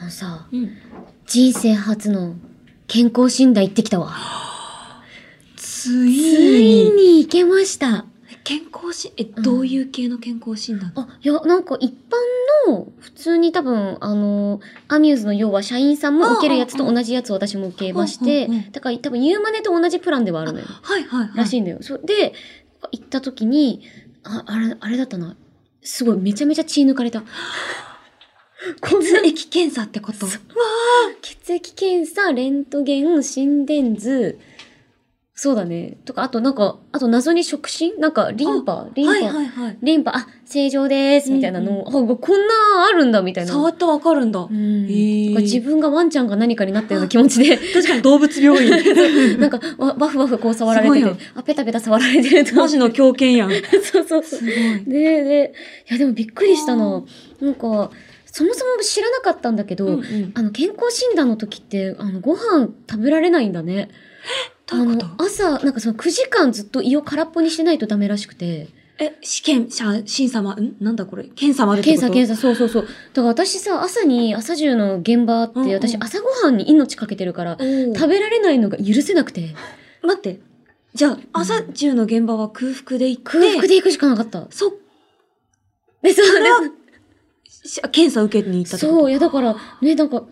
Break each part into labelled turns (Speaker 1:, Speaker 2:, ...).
Speaker 1: あのさ、
Speaker 2: うん。
Speaker 1: 人生初の健康診断行ってきたわ。
Speaker 2: つ
Speaker 1: つ
Speaker 2: い
Speaker 1: い
Speaker 2: に。
Speaker 1: に行けました。
Speaker 2: 健康診、え、
Speaker 1: ん
Speaker 2: どういう系の健康診断
Speaker 1: あ、いや、なんか一般の、普通に多分、あの、アミューズの要は社員さんも受けるやつと同じやつを私も受けまして
Speaker 2: うんうんうん、
Speaker 1: だから多分ユーマネと同じプランではあるのよ。
Speaker 2: はいはいはい。
Speaker 1: らしいんだよ。そで、行った時に、あ、あれ、あれだったな。すごい、めちゃめちゃ血抜かれた。こんな
Speaker 2: 血液検査ってこと。
Speaker 1: そう血液検査、レントゲン、心電図、そうだね。とか、あとなんか、あと謎に触診なんか、リンパ、リンパ、
Speaker 2: はいはいはい。
Speaker 1: リンパ、あ、正常です、みたいなのを、あ、こんなあるんだ、みたいな。
Speaker 2: 触ってわかるんだ。
Speaker 1: うん。
Speaker 2: へー
Speaker 1: だから自分がワンちゃんが何かになったような気持 ちで、
Speaker 2: 確かに動物病 院。
Speaker 1: なんか、わわふわふこう触られて
Speaker 2: すご
Speaker 1: て
Speaker 2: いよ、
Speaker 1: あ、ペタペタ触られてると思
Speaker 2: マ
Speaker 1: って。
Speaker 2: ジの狂犬やん。す
Speaker 1: そうそうそう。
Speaker 2: ごい。
Speaker 1: で、で、いやでもびっくりした
Speaker 2: あ
Speaker 1: な。なんか、そもそも知らなかったんだけど、
Speaker 2: うんうん
Speaker 1: あの、健康診断の時って、あの、ご飯食べられないんだね。
Speaker 2: どういうこと
Speaker 1: あの朝、なんかその9時間ずっと胃を空っぽにしてないとダメらしくて。
Speaker 2: え、試験、者、審査ま、んなんだこれ検査までって
Speaker 1: 検
Speaker 2: こと
Speaker 1: 査検査、そうそうそう。だから私さ、朝に、朝中の現場って、
Speaker 2: うんうん
Speaker 1: 私朝ごはんに命かけてるから、
Speaker 2: おー
Speaker 1: 食べられないのが許せなくて、
Speaker 2: 待って。じゃあ、朝中の現場は空腹で行って、
Speaker 1: 空腹で行くしかなかった。
Speaker 2: そっ
Speaker 1: で、そ
Speaker 2: から
Speaker 1: う、、
Speaker 2: し検査受けに行ったってこと
Speaker 1: そう、いやだから、ね、なんか、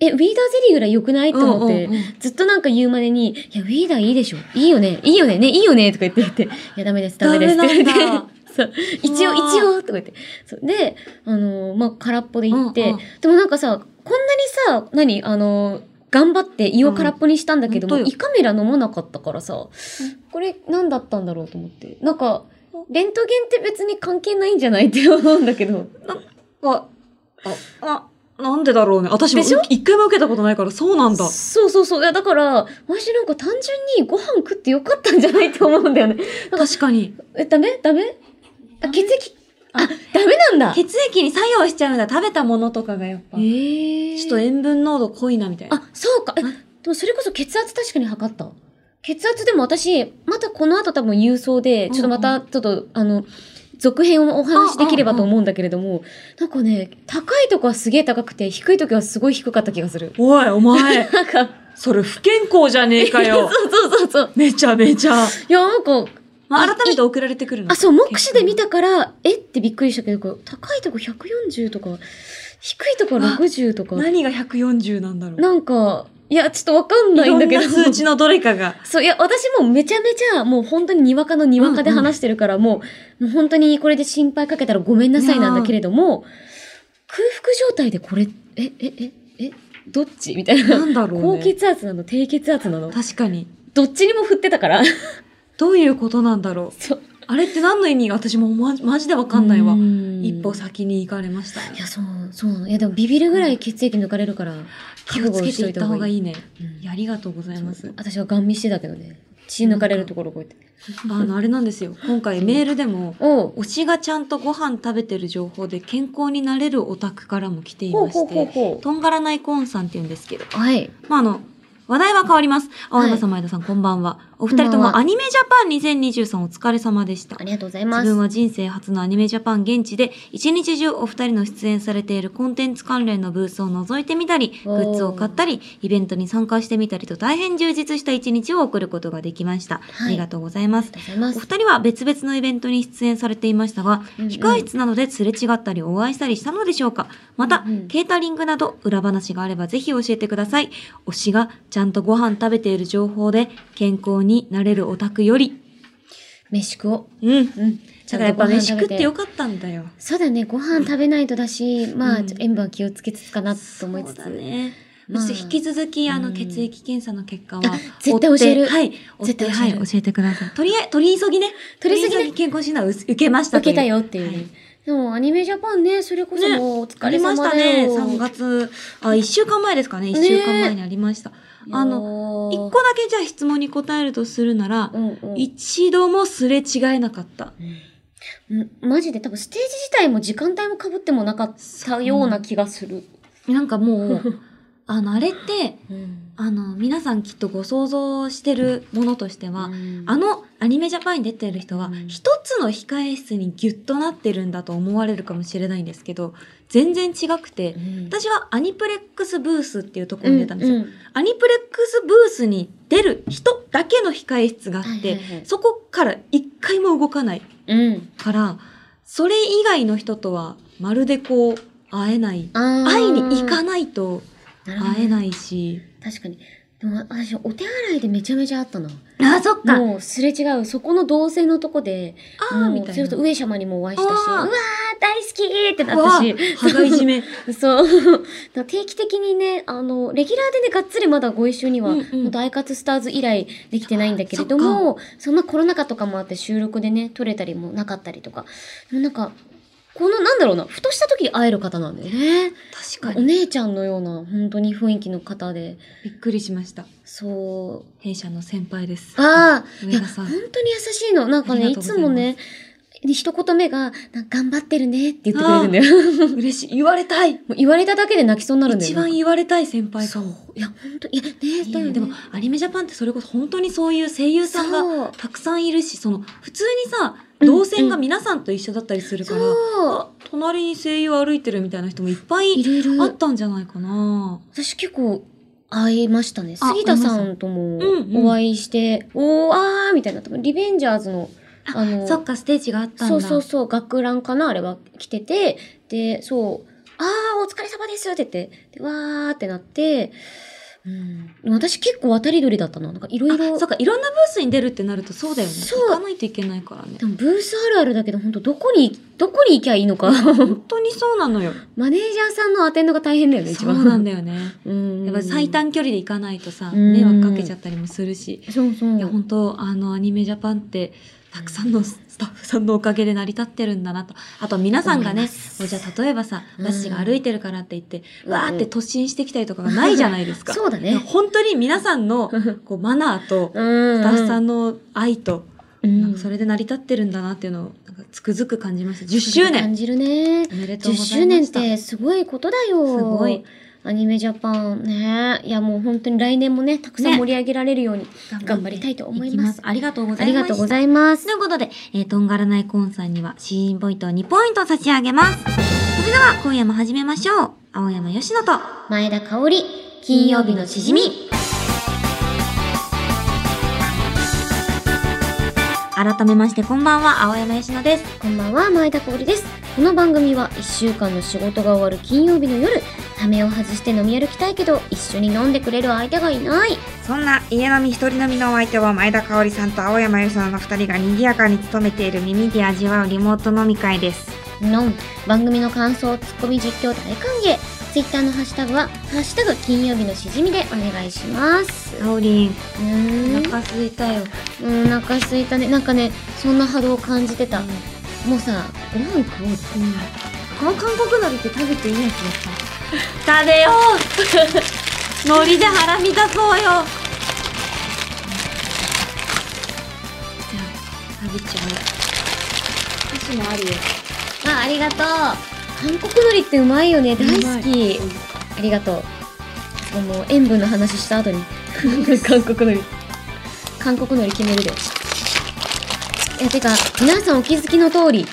Speaker 1: え、ウィーダーゼリーぐらい良くないと思って、
Speaker 2: うんうんうん
Speaker 1: ずっとなんか言うまでに、いや、ウィーダーいいでしょ。いいよね。いいよね。ね、いいよね。とか言って言って、いや、ダメです。ダメです。
Speaker 2: ダメなんだ
Speaker 1: って 言って。そう一応、
Speaker 2: うわー
Speaker 1: 一応、とか言って。そうで、あのーまあ、空っぽで行って、
Speaker 2: うんうん
Speaker 1: でもなんかさ、こんなにさ、何、あのー頑張って胃を空っぽにしたんだけども、
Speaker 2: うん本当
Speaker 1: 胃カメラ飲まなかったからさ、これ何だったんだろうと思って。なんか、レントゲンって別に関係ないんじゃないって思うんだけど。
Speaker 2: あ、あ、あなんでだろうね。私も
Speaker 1: でしょ
Speaker 2: 一回も受けたことないから、そうなんだ。
Speaker 1: そうそうそう。いや、だから、私なんか単純にご飯食ってよかったんじゃないって思うんだよね。
Speaker 2: 確かに。
Speaker 1: え、ダメダメあ、
Speaker 2: ダメ
Speaker 1: 血液、あ、ダメなんだ
Speaker 2: 血液に作用しちゃうんだ。食べたものとかがやっぱ。ち
Speaker 1: え
Speaker 2: ょっと塩分濃度濃いな、みたいな。
Speaker 1: あ、そうか。え、で
Speaker 2: あ
Speaker 1: もそれこそ血圧確かに測った。血圧でも私、またこの後多分郵送で、ちょっとまた、ちょっと、あの、続編をお話しできればと思うんだけれども、なんかね、高いとこはすげえ高くて、低いときはすごい低かった気がする。
Speaker 2: おい、お前、
Speaker 1: なんか、
Speaker 2: それ不健康じゃねえ か
Speaker 1: そう
Speaker 2: よ。
Speaker 1: そうそうそう。
Speaker 2: めちゃめちゃ。
Speaker 1: いや、なんか、
Speaker 2: まあ、改めて送られてくるの。
Speaker 1: あ、そう、目視で見たから、えってびっくりしたけど、高いとこ140とか、低いとこ60とか、
Speaker 2: 何が140なんだろう。
Speaker 1: なんか、いや、ちょっとわかんないんだけど。
Speaker 2: いろんな数値のどれか が。
Speaker 1: そう、いや、私もめちゃめちゃ、もう本当ににわかのにわかで
Speaker 2: うんうん
Speaker 1: 話してるから、もう、もう本当にこれで心配かけたらごめんなさいなんだけれども、空腹状態でこれ、え、え、え、え、どっちみたい
Speaker 2: な
Speaker 1: な。
Speaker 2: んだろう
Speaker 1: 高
Speaker 2: ね。
Speaker 1: 血圧なの低血圧なの
Speaker 2: 確かに。
Speaker 1: どっちにも振ってた から。
Speaker 2: どういうことなんだろう。
Speaker 1: そう。
Speaker 2: あれって何の意味が私もまマジでわかんないわ
Speaker 1: う。ん
Speaker 2: 一歩先に行かれましたね
Speaker 1: い。や、そう、そうなの。いや、でもビビるぐらい血液抜かれるから、
Speaker 2: 気をつけていった方が
Speaker 1: い。
Speaker 2: いいね。
Speaker 1: うん
Speaker 2: いやありがとうございます。
Speaker 1: 私はガン見してたけどね。血抜かれるところこうやって。
Speaker 2: あの、あれなんですよ。今回メールでも、
Speaker 1: おう。
Speaker 2: 推しがちゃんとご飯食べてる情報で健康になれるオタクからも来てい
Speaker 1: ほう
Speaker 2: ま
Speaker 1: ほう
Speaker 2: し
Speaker 1: ほう
Speaker 2: て、
Speaker 1: ほ
Speaker 2: とんがらないコーンさんって言うんですけど、
Speaker 1: う。はい。
Speaker 2: まあ、あの、話題は変わります。青山さん、前田さん、こんばんは。お二人と
Speaker 1: こんばんは
Speaker 2: もアニメジャパン2023お疲れ様でした
Speaker 1: あ。りがとうございま
Speaker 2: 自
Speaker 1: す。
Speaker 2: 分は人生初のアニメジャパン現地で、一日中お二人の出演されているコンテンツ関連のブースを覗いてみたり、グ
Speaker 1: おー
Speaker 2: ッズを買ったり、イベントに参加してみたりと大変充実した一日を送ることができました。
Speaker 1: はい
Speaker 2: ありがとうございます。
Speaker 1: ありがとうございま
Speaker 2: お
Speaker 1: す。
Speaker 2: 二人は別々のイベントに出演されていましたが、
Speaker 1: うんうん
Speaker 2: 控室などですれ違ったりお会いしたりしたのでしょうかまた、
Speaker 1: うんうん
Speaker 2: ケータリングなど裏話があればぜひ教えてください。推しがちゃんとご飯食べている情報で健康になれるオタクより。
Speaker 1: 飯食おう。
Speaker 2: うん。
Speaker 1: うん。
Speaker 2: だからやっぱ飯食ってよ
Speaker 1: か
Speaker 2: かったんだよ。
Speaker 1: そうだね。ご飯食べないとだし、まあ、
Speaker 2: うん
Speaker 1: ちょ塩分は気をつけつつかなと思いつ
Speaker 2: そうだ
Speaker 1: つ。
Speaker 2: ね。
Speaker 1: まあ
Speaker 2: そして引き続き、あ
Speaker 1: う
Speaker 2: の、
Speaker 1: ん
Speaker 2: 血液検査の結果は
Speaker 1: あ、絶対教える
Speaker 2: 追ってはい。
Speaker 1: 絶対教え
Speaker 2: 追って
Speaker 1: る
Speaker 2: はい、教えてください。とりあえず、取り急ぎね。
Speaker 1: 取り急ぎね
Speaker 2: 健康診断を受けました
Speaker 1: 受
Speaker 2: という
Speaker 1: けたよっていう
Speaker 2: はい
Speaker 1: ね。でも、アニメジャパンね、それこそ
Speaker 2: ね
Speaker 1: もうお疲
Speaker 2: あ
Speaker 1: れ
Speaker 2: りまし
Speaker 1: 様だ
Speaker 2: たね。
Speaker 1: よ。
Speaker 2: 3月、あ、1週間前ですかね。1
Speaker 1: ね
Speaker 2: 週間前にありました。あ
Speaker 1: の
Speaker 2: の、1個だけじゃあ質問に答えるとするなら、
Speaker 1: うんうん。
Speaker 2: 一度もすれ違えなかった。
Speaker 1: うんマジで多分ステージ自体も時間帯もかぶってもなかったような気がする。
Speaker 2: なんか もう、あの、あれって、
Speaker 1: うん
Speaker 2: あの、皆さんきっとご想像してるものとしては、
Speaker 1: うん
Speaker 2: あの、アニメジャパンに出てる人は
Speaker 1: うん
Speaker 2: 一つの控え室にギュッとなってるんだと思われるかもしれないんですけど全然違くて私はアニプレックスブースっていうところに出たんですよ、
Speaker 1: うんうん
Speaker 2: アニプレックスブースに出る人だけの控え室があって、
Speaker 1: はいはいはい
Speaker 2: そこから一回も動かない
Speaker 1: うん。
Speaker 2: からそれ以外の人とはまるでこう会えない会
Speaker 1: 会
Speaker 2: いに行か
Speaker 1: い。
Speaker 2: ないと
Speaker 1: なるほど
Speaker 2: 会えないし
Speaker 1: 確かに。でも私、お手洗いでめちゃめちゃあったな。
Speaker 2: あそっか
Speaker 1: もうすれ違う、そこの同性のとこで、
Speaker 2: あー
Speaker 1: もう
Speaker 2: みたい
Speaker 1: それこ
Speaker 2: な
Speaker 1: そ上様にもお会いしたし、う
Speaker 2: あー
Speaker 1: わー、大好きーってなった
Speaker 2: わあ
Speaker 1: し、
Speaker 2: 羽交い締め
Speaker 1: そう。だから定期的にね、あの、レギュラーでね、がっつりまだご一緒には、
Speaker 2: うん
Speaker 1: 本
Speaker 2: うん
Speaker 1: 当アイカツスターズ以来できてないんだけれども、そんなコロナ禍とかもあって収録でね、撮れたりもなかったりとか。でもなんか、この、なんだろうな、ふとした時に会える方なんだよね。
Speaker 2: 確か
Speaker 1: お
Speaker 2: に
Speaker 1: 姉ちゃんのような、本当に雰囲気の方で、
Speaker 2: びっくりしました
Speaker 1: そう、
Speaker 2: 弊社の先輩です
Speaker 1: ああ、い
Speaker 2: 上
Speaker 1: や、
Speaker 2: 田さ
Speaker 1: 本
Speaker 2: ん
Speaker 1: 当に優しいの。なんかね、
Speaker 2: あり
Speaker 1: い
Speaker 2: がとう
Speaker 1: つ
Speaker 2: ございま
Speaker 1: も
Speaker 2: す
Speaker 1: ね、一言目が、なんか頑張ってるねって言ってくれるんだよ。
Speaker 2: 嬉しい言われたい
Speaker 1: もう言われただけで泣きそうになるんだよ。
Speaker 2: 一番言われたい先輩か
Speaker 1: そう
Speaker 2: も。
Speaker 1: いや、本当いや、ね
Speaker 2: いい
Speaker 1: だよ
Speaker 2: ね
Speaker 1: ね。
Speaker 2: でもアニメジャパンってそれこそ本当にそういう声優さんが
Speaker 1: そう
Speaker 2: たくさんいるしその普通にさ
Speaker 1: うん
Speaker 2: 動線が皆さんと一緒だったりするから、
Speaker 1: そう
Speaker 2: あ隣に声優歩いてるみたいな人もいっぱ
Speaker 1: い
Speaker 2: い
Speaker 1: ろいろ
Speaker 2: あったんじゃないかな。
Speaker 1: 私結構会いましたね
Speaker 2: あ
Speaker 1: 杉田さんとも
Speaker 2: 会いましたうんうん
Speaker 1: お会いして、おーあーみたいな多分リベンジャーズの
Speaker 2: あ
Speaker 1: あの
Speaker 2: そっかステージがあったんだ。
Speaker 1: そうそうそう学ランかなあれは来ててでそう「あーお疲れ様です」って言ってでわーってなって、うん、私結構渡り鳥だったななんかいろいろ
Speaker 2: あそっかいろんなブースに出るってなるとそうだよね。
Speaker 1: そう
Speaker 2: 行かないといけないからね
Speaker 1: で。もブースあるあるだけど本当どこにどこに行きゃいいのか
Speaker 2: 本当に そうなのよ。
Speaker 1: マネージャーさんのアテンドが大変だよね一
Speaker 2: そ
Speaker 1: 番
Speaker 2: うなん
Speaker 1: だ
Speaker 2: だよね。
Speaker 1: うん
Speaker 2: やっぱ最短距離で行かないとさ、
Speaker 1: うん
Speaker 2: 迷惑かけちゃったりもするし。
Speaker 1: そうそう
Speaker 2: いや本当あのアニメジャパンってたくさんのススタッフさんのおかげで成り立ってるんだなとあと皆さんが
Speaker 1: 思い
Speaker 2: ね
Speaker 1: ます
Speaker 2: もうじゃあ例えばさ
Speaker 1: うん
Speaker 2: 私が歩いてるからって言って、
Speaker 1: うん
Speaker 2: わーって突進してきたりとかがないじゃないですか。
Speaker 1: そうだ
Speaker 2: いや
Speaker 1: ね。
Speaker 2: 本当に皆さんのこうマナーと
Speaker 1: うん
Speaker 2: スタッフさんの愛と、
Speaker 1: うん
Speaker 2: なんかそれで成り立ってるんだなっていうのをなんかつくづく感じました10周
Speaker 1: 感
Speaker 2: 年
Speaker 1: じるね。
Speaker 2: おめでとう
Speaker 1: 10
Speaker 2: ございました
Speaker 1: 周年ってすごいことだよ。
Speaker 2: すごい。
Speaker 1: アニメジャパンね。いやもう本当に来年もね、たくさん
Speaker 2: ね
Speaker 1: 盛り上げられるように頑張りたいと思います。
Speaker 2: ありがとうござ
Speaker 1: あ
Speaker 2: いま
Speaker 1: り
Speaker 2: した
Speaker 1: がとうございます
Speaker 2: とい。うことで、えー、とんがらないコーンさんには、シーンポイントを2ポイント差し上げます。それでは、今夜も始めましょう。青山よしのと、
Speaker 1: 前田香織、金曜日のしじみ。
Speaker 2: 改めまして、こんばんは、青山よしのです。
Speaker 1: こんばんは、前田香織です。この番組は1週間の仕事が終わる金曜日の夜、ためを外して飲み歩きたいけど、一緒に飲んでくれる相手がいない。
Speaker 3: そんな家飲み一人飲みのお相手は前田香織さんと青山由さんの2人が賑やかに務めている耳で味わうリモート飲み会です。
Speaker 1: のん番組の感想ツッコミ実況大歓迎ツイッターのハッシュタグは「ハッシュタグ金曜日のしじみ」でお願いします
Speaker 3: 香織、
Speaker 1: うーん
Speaker 2: 腹すいたよ。
Speaker 1: うんお腹すいたねなんかねそんな波動を感じてた、
Speaker 2: うん
Speaker 1: もうさご飯食おう
Speaker 2: この韓国海苔って食べていいやつですか 食べよう海苔で腹満たそうよじゃあ、食べちゃう。箸もあるよ。
Speaker 1: あありがとう韓国海苔ってうまいよね大好き
Speaker 2: うまい
Speaker 1: ありがとうでも塩分の話した 後に韓国海苔韓国海苔決めるでいやてか皆さんお気づきの通り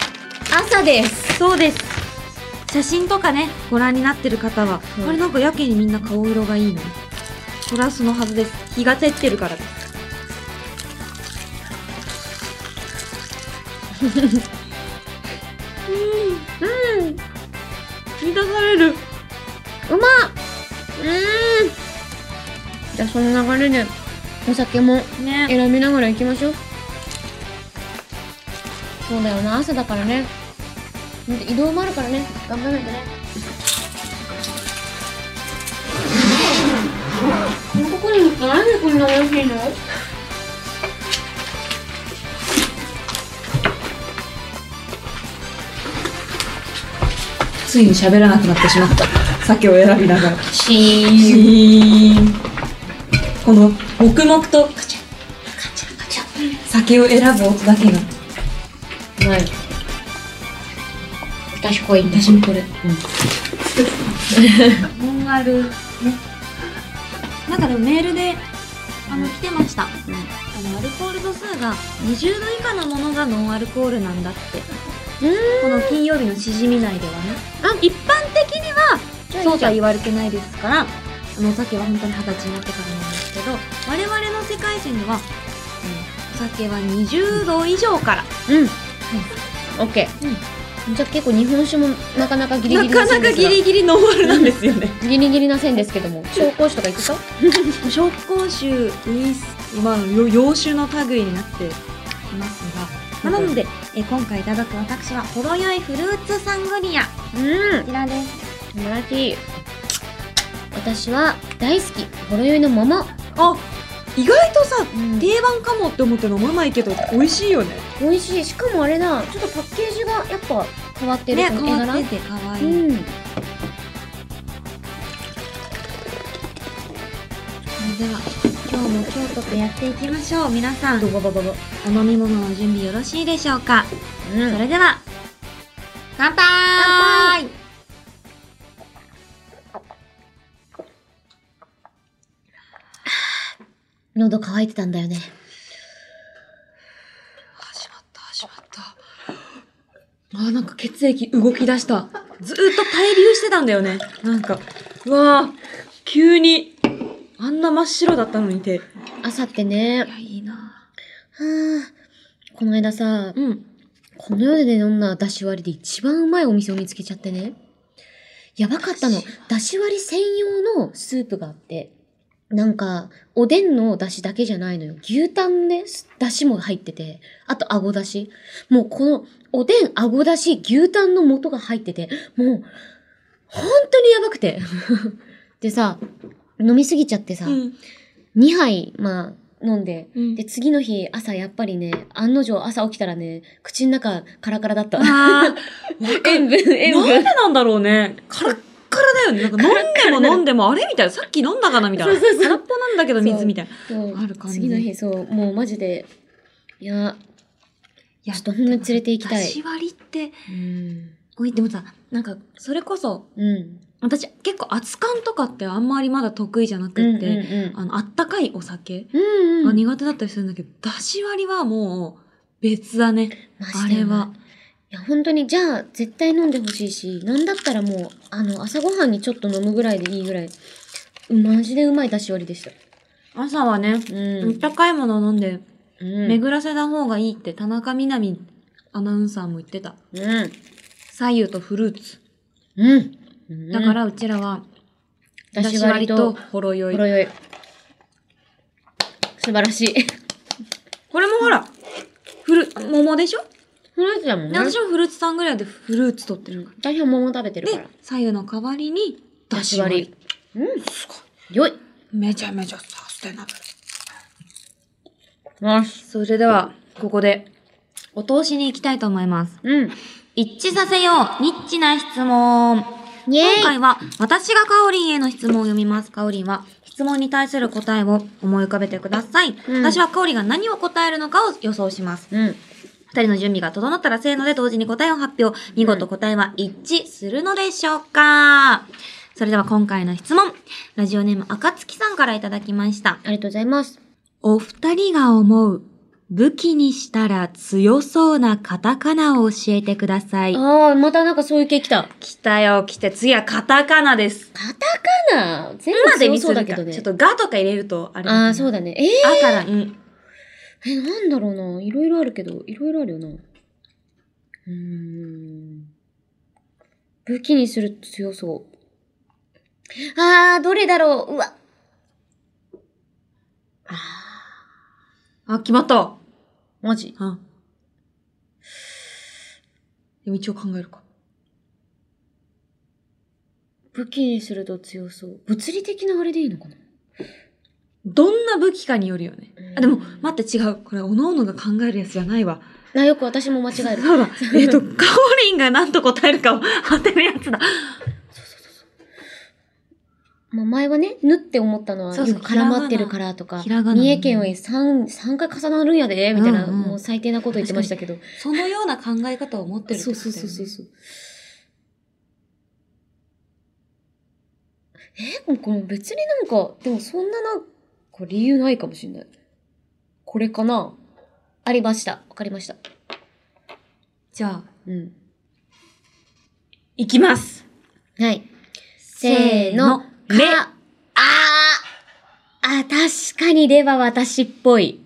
Speaker 1: 朝です
Speaker 2: そうです。写真とかね、ご覧になってる方は、
Speaker 1: うん
Speaker 2: あれなんかやけにみんな顔色がいいね。それはそのはずです。日が照ってるからです。
Speaker 1: うん
Speaker 2: 満たされる。
Speaker 1: うまっうーんじゃあその流れでお酒も
Speaker 2: ね。
Speaker 1: 選びながら行きましょうそうだよな朝だからねだって移動もあるからね頑張らないとね韓国にもってなんでこんな美味しいの
Speaker 2: ついに喋らなくなってしま った。酒を選びながら。
Speaker 1: し
Speaker 2: この黙々とカチャカチャカチャ酒を選ぶ音だけが
Speaker 1: ーない私こい私もこれ
Speaker 2: モンガルねなんかでもメールであの、来てました。あの、アルコール度数が20度以下のものがノンアルコールなんだって。この金曜日のしじみ内ではね。
Speaker 1: あ
Speaker 2: 一般的には、
Speaker 1: あ
Speaker 2: そう
Speaker 1: いいじ
Speaker 2: と
Speaker 1: ゃ
Speaker 2: は
Speaker 1: ん
Speaker 2: 言われてないですから、あの、お酒は本当に二十歳になってからなんですけど、我々の世界人では、うんお酒は20度以上から。
Speaker 1: うん。オッケー。じゃあ結構日本酒もなかなかギリギリな線ですが
Speaker 2: ギリノンアルなんですよね。
Speaker 1: ギリギリな線ですけども紹興酒とかいくと
Speaker 2: 紹興酒ウイスまあよ洋酒の類になっていますが、まあなのでえ今回いただく私はほろ酔いフルーツサングリアこ
Speaker 1: うん
Speaker 2: ちらです
Speaker 1: 素晴らしい私は大好きほろ酔いの桃、
Speaker 2: あ意外とさ
Speaker 1: うん、
Speaker 2: 定番かもって思って飲まないけど美味しいよね
Speaker 1: 美味しいしかもあれだちょっとパッケージがやっぱ変わってる、
Speaker 2: ね
Speaker 1: この
Speaker 2: 変
Speaker 1: 絵
Speaker 2: わ
Speaker 1: 柄
Speaker 2: ってて可愛
Speaker 1: う
Speaker 2: い、こ
Speaker 1: ん
Speaker 2: れでは今日も京都とやっていきましょう皆さん
Speaker 1: ドババババ
Speaker 2: お飲み物の準備よろしいでしょうか
Speaker 1: う
Speaker 2: そ
Speaker 1: ん
Speaker 2: れでは乾杯
Speaker 1: 乾喉乾いてたんだよね
Speaker 2: 始まった始まったあーなんか血液動き出したずーっと滞留してたんだよねなんかうわー急にあんな真っ白だったのに手い
Speaker 1: 朝ってね
Speaker 2: やいいな
Speaker 1: はあこの間さ
Speaker 2: うん
Speaker 1: この世で飲んだだし割りで一番うまいお店を見つけちゃってね。やばかったの
Speaker 2: だし。
Speaker 1: だし割り専用のスープがあって。なんか、おでんのだしだけじゃないのよ。牛タンね、すだしも入ってて。あと、あごだし。もうこの、おでん、あごだし、牛タンの素が入ってて。もう、本当にやばくて。 でさ、飲みすぎちゃってさ、
Speaker 2: うん
Speaker 1: 2杯、まあ、飲んで、
Speaker 2: うん
Speaker 1: で、次の日、朝、やっぱりね、案の定、朝起きたらね、口の中、カラカラだった。
Speaker 2: あ
Speaker 1: 塩分、塩
Speaker 2: ーなんで
Speaker 1: 分。
Speaker 2: なんだろうねカラッカラだよねなんか飲んでも飲んでもあれみたいなさっき飲んだかなみたいな
Speaker 1: そうそうそう
Speaker 2: 空っぽなんだけど水みたいな
Speaker 1: そう
Speaker 2: ある感じ
Speaker 1: 次の日、そう、もうマジで、いや、
Speaker 2: いや
Speaker 1: ちょっとほんまに連れて行きたい
Speaker 2: だし割りって
Speaker 1: うん。
Speaker 2: おいでもさなんかそれこそ
Speaker 1: うん。
Speaker 2: 私結構熱燗とかってあんまりまだ得意じゃなくって、
Speaker 1: うんうん
Speaker 2: あの、あったかいお酒
Speaker 1: うん。
Speaker 2: が
Speaker 1: うん。
Speaker 2: 苦手だったりするんだけど、だし割りはもう別だね。
Speaker 1: マ
Speaker 2: あ
Speaker 1: ジで
Speaker 2: れは。。
Speaker 1: いや、本当に、じゃあ、絶対飲んでほしいし、なんだったらもう、あの、朝ごはんにちょっと飲むぐらいでいいぐらい、マジでうまい出し割りでした。
Speaker 2: 朝はね、
Speaker 1: う
Speaker 2: あ
Speaker 1: ん
Speaker 2: っ。たかいもの飲んで、
Speaker 1: うん。
Speaker 2: 巡らせた方がいいって田中みなみアナウンサーも言ってた。
Speaker 1: うん。
Speaker 2: 左右とフルーツ。
Speaker 1: うん。うん
Speaker 2: だか、らうちらは、
Speaker 1: だ
Speaker 2: だ
Speaker 1: し
Speaker 2: し
Speaker 1: 割
Speaker 2: 割
Speaker 1: り
Speaker 2: り
Speaker 1: と
Speaker 2: とほろ酔
Speaker 1: ほ
Speaker 2: い。
Speaker 1: ろ酔い。素晴らしい。
Speaker 2: これもほら、フル、桃でしょ
Speaker 1: フルーツだもん
Speaker 2: で
Speaker 1: ね。
Speaker 2: 私もフルーツサングラアでフルーツ取ってるか
Speaker 1: 私は桃食べてる
Speaker 2: ら。
Speaker 1: か
Speaker 2: で
Speaker 1: ら。、
Speaker 2: 左右の代わりに、
Speaker 1: だ
Speaker 2: だ
Speaker 1: し
Speaker 2: し
Speaker 1: 割
Speaker 2: 割
Speaker 1: り
Speaker 2: り。。
Speaker 1: うん。
Speaker 2: すごい。
Speaker 1: 良い。
Speaker 2: めちゃめちゃサステナブル。
Speaker 1: よし。
Speaker 2: それでは、ここで、お通しに行きたいと思います。
Speaker 1: うん。
Speaker 2: 一致させよう、ニッチな質問。
Speaker 1: イェ
Speaker 2: 今
Speaker 1: ーイ
Speaker 2: 回は、私がカオリンへの質問を読みます。カオリンは、質問に対する答えを思い浮かべてください。
Speaker 1: うん
Speaker 2: 私はカオリンが何を答えるのかを予想します。
Speaker 1: うん。
Speaker 2: 二人の準備が整ったらせーので同時に答えを発表。見事答えは一致するのでしょうかそれでは今回の質問。ラジオネーム、あかつきさんからいただきました。
Speaker 1: ありがとうございます。
Speaker 2: お二人が思う武器にしたら強そうなカタカナを教えてください。
Speaker 1: ああ、またなんかそういう系来た。
Speaker 2: 来たよ、来て。次はカタカナです。
Speaker 1: カタカナ全
Speaker 2: 今
Speaker 1: 部
Speaker 2: で
Speaker 1: 強
Speaker 2: 見
Speaker 1: そ
Speaker 2: そうう
Speaker 1: だ
Speaker 2: だ
Speaker 1: け
Speaker 2: け
Speaker 1: ど
Speaker 2: ど
Speaker 1: ね。
Speaker 2: ね。ちょっとガとか入れると、あれ。
Speaker 1: ああ、そう
Speaker 2: だ。
Speaker 1: だね。えー、
Speaker 2: あから、うん。
Speaker 1: え、なんだろうな。いろいろあるけど、いろいろあるよな。うーん。武器にすると強そう。ああ、どれだろう。うわ。ああ、
Speaker 2: あ、決まった。
Speaker 1: マジ。
Speaker 2: うん。でも一応考えるか。
Speaker 1: 武器にすると強そう。物理的なあれでいいのかな
Speaker 2: どんな武器かによるよね。あ、でも
Speaker 1: うん、
Speaker 2: 待って違う。これ、おのおのが考えるやつじゃないわ。
Speaker 1: な、よく私も間違 える。
Speaker 2: そうだ。えっと、カオリンが何と答えるかを 当てるやつだ。
Speaker 1: まあ、前はね、ぬって思ったのは、
Speaker 2: そ
Speaker 1: よ
Speaker 2: う
Speaker 1: く
Speaker 2: そう
Speaker 1: 絡まってるからとか、
Speaker 2: ひらがな
Speaker 1: 三重県は三三回重なるんやで、みたいな、
Speaker 2: うんうん
Speaker 1: もう最低なこと言ってましたけど。
Speaker 2: そのような考え方を持ってるって
Speaker 1: そ
Speaker 2: こ
Speaker 1: う
Speaker 2: とだ
Speaker 1: そ
Speaker 2: よ
Speaker 1: う
Speaker 2: ね
Speaker 1: そうそうそう。え、もうこれ別になんか、でもそんななんか、これ理由ないかもしんない。これかなありました。わかりました。
Speaker 2: じゃあ、
Speaker 1: うん。
Speaker 2: いきます。
Speaker 1: はい。せーの。
Speaker 2: せーのレ
Speaker 1: かあーあ、確かにレは私っぽい。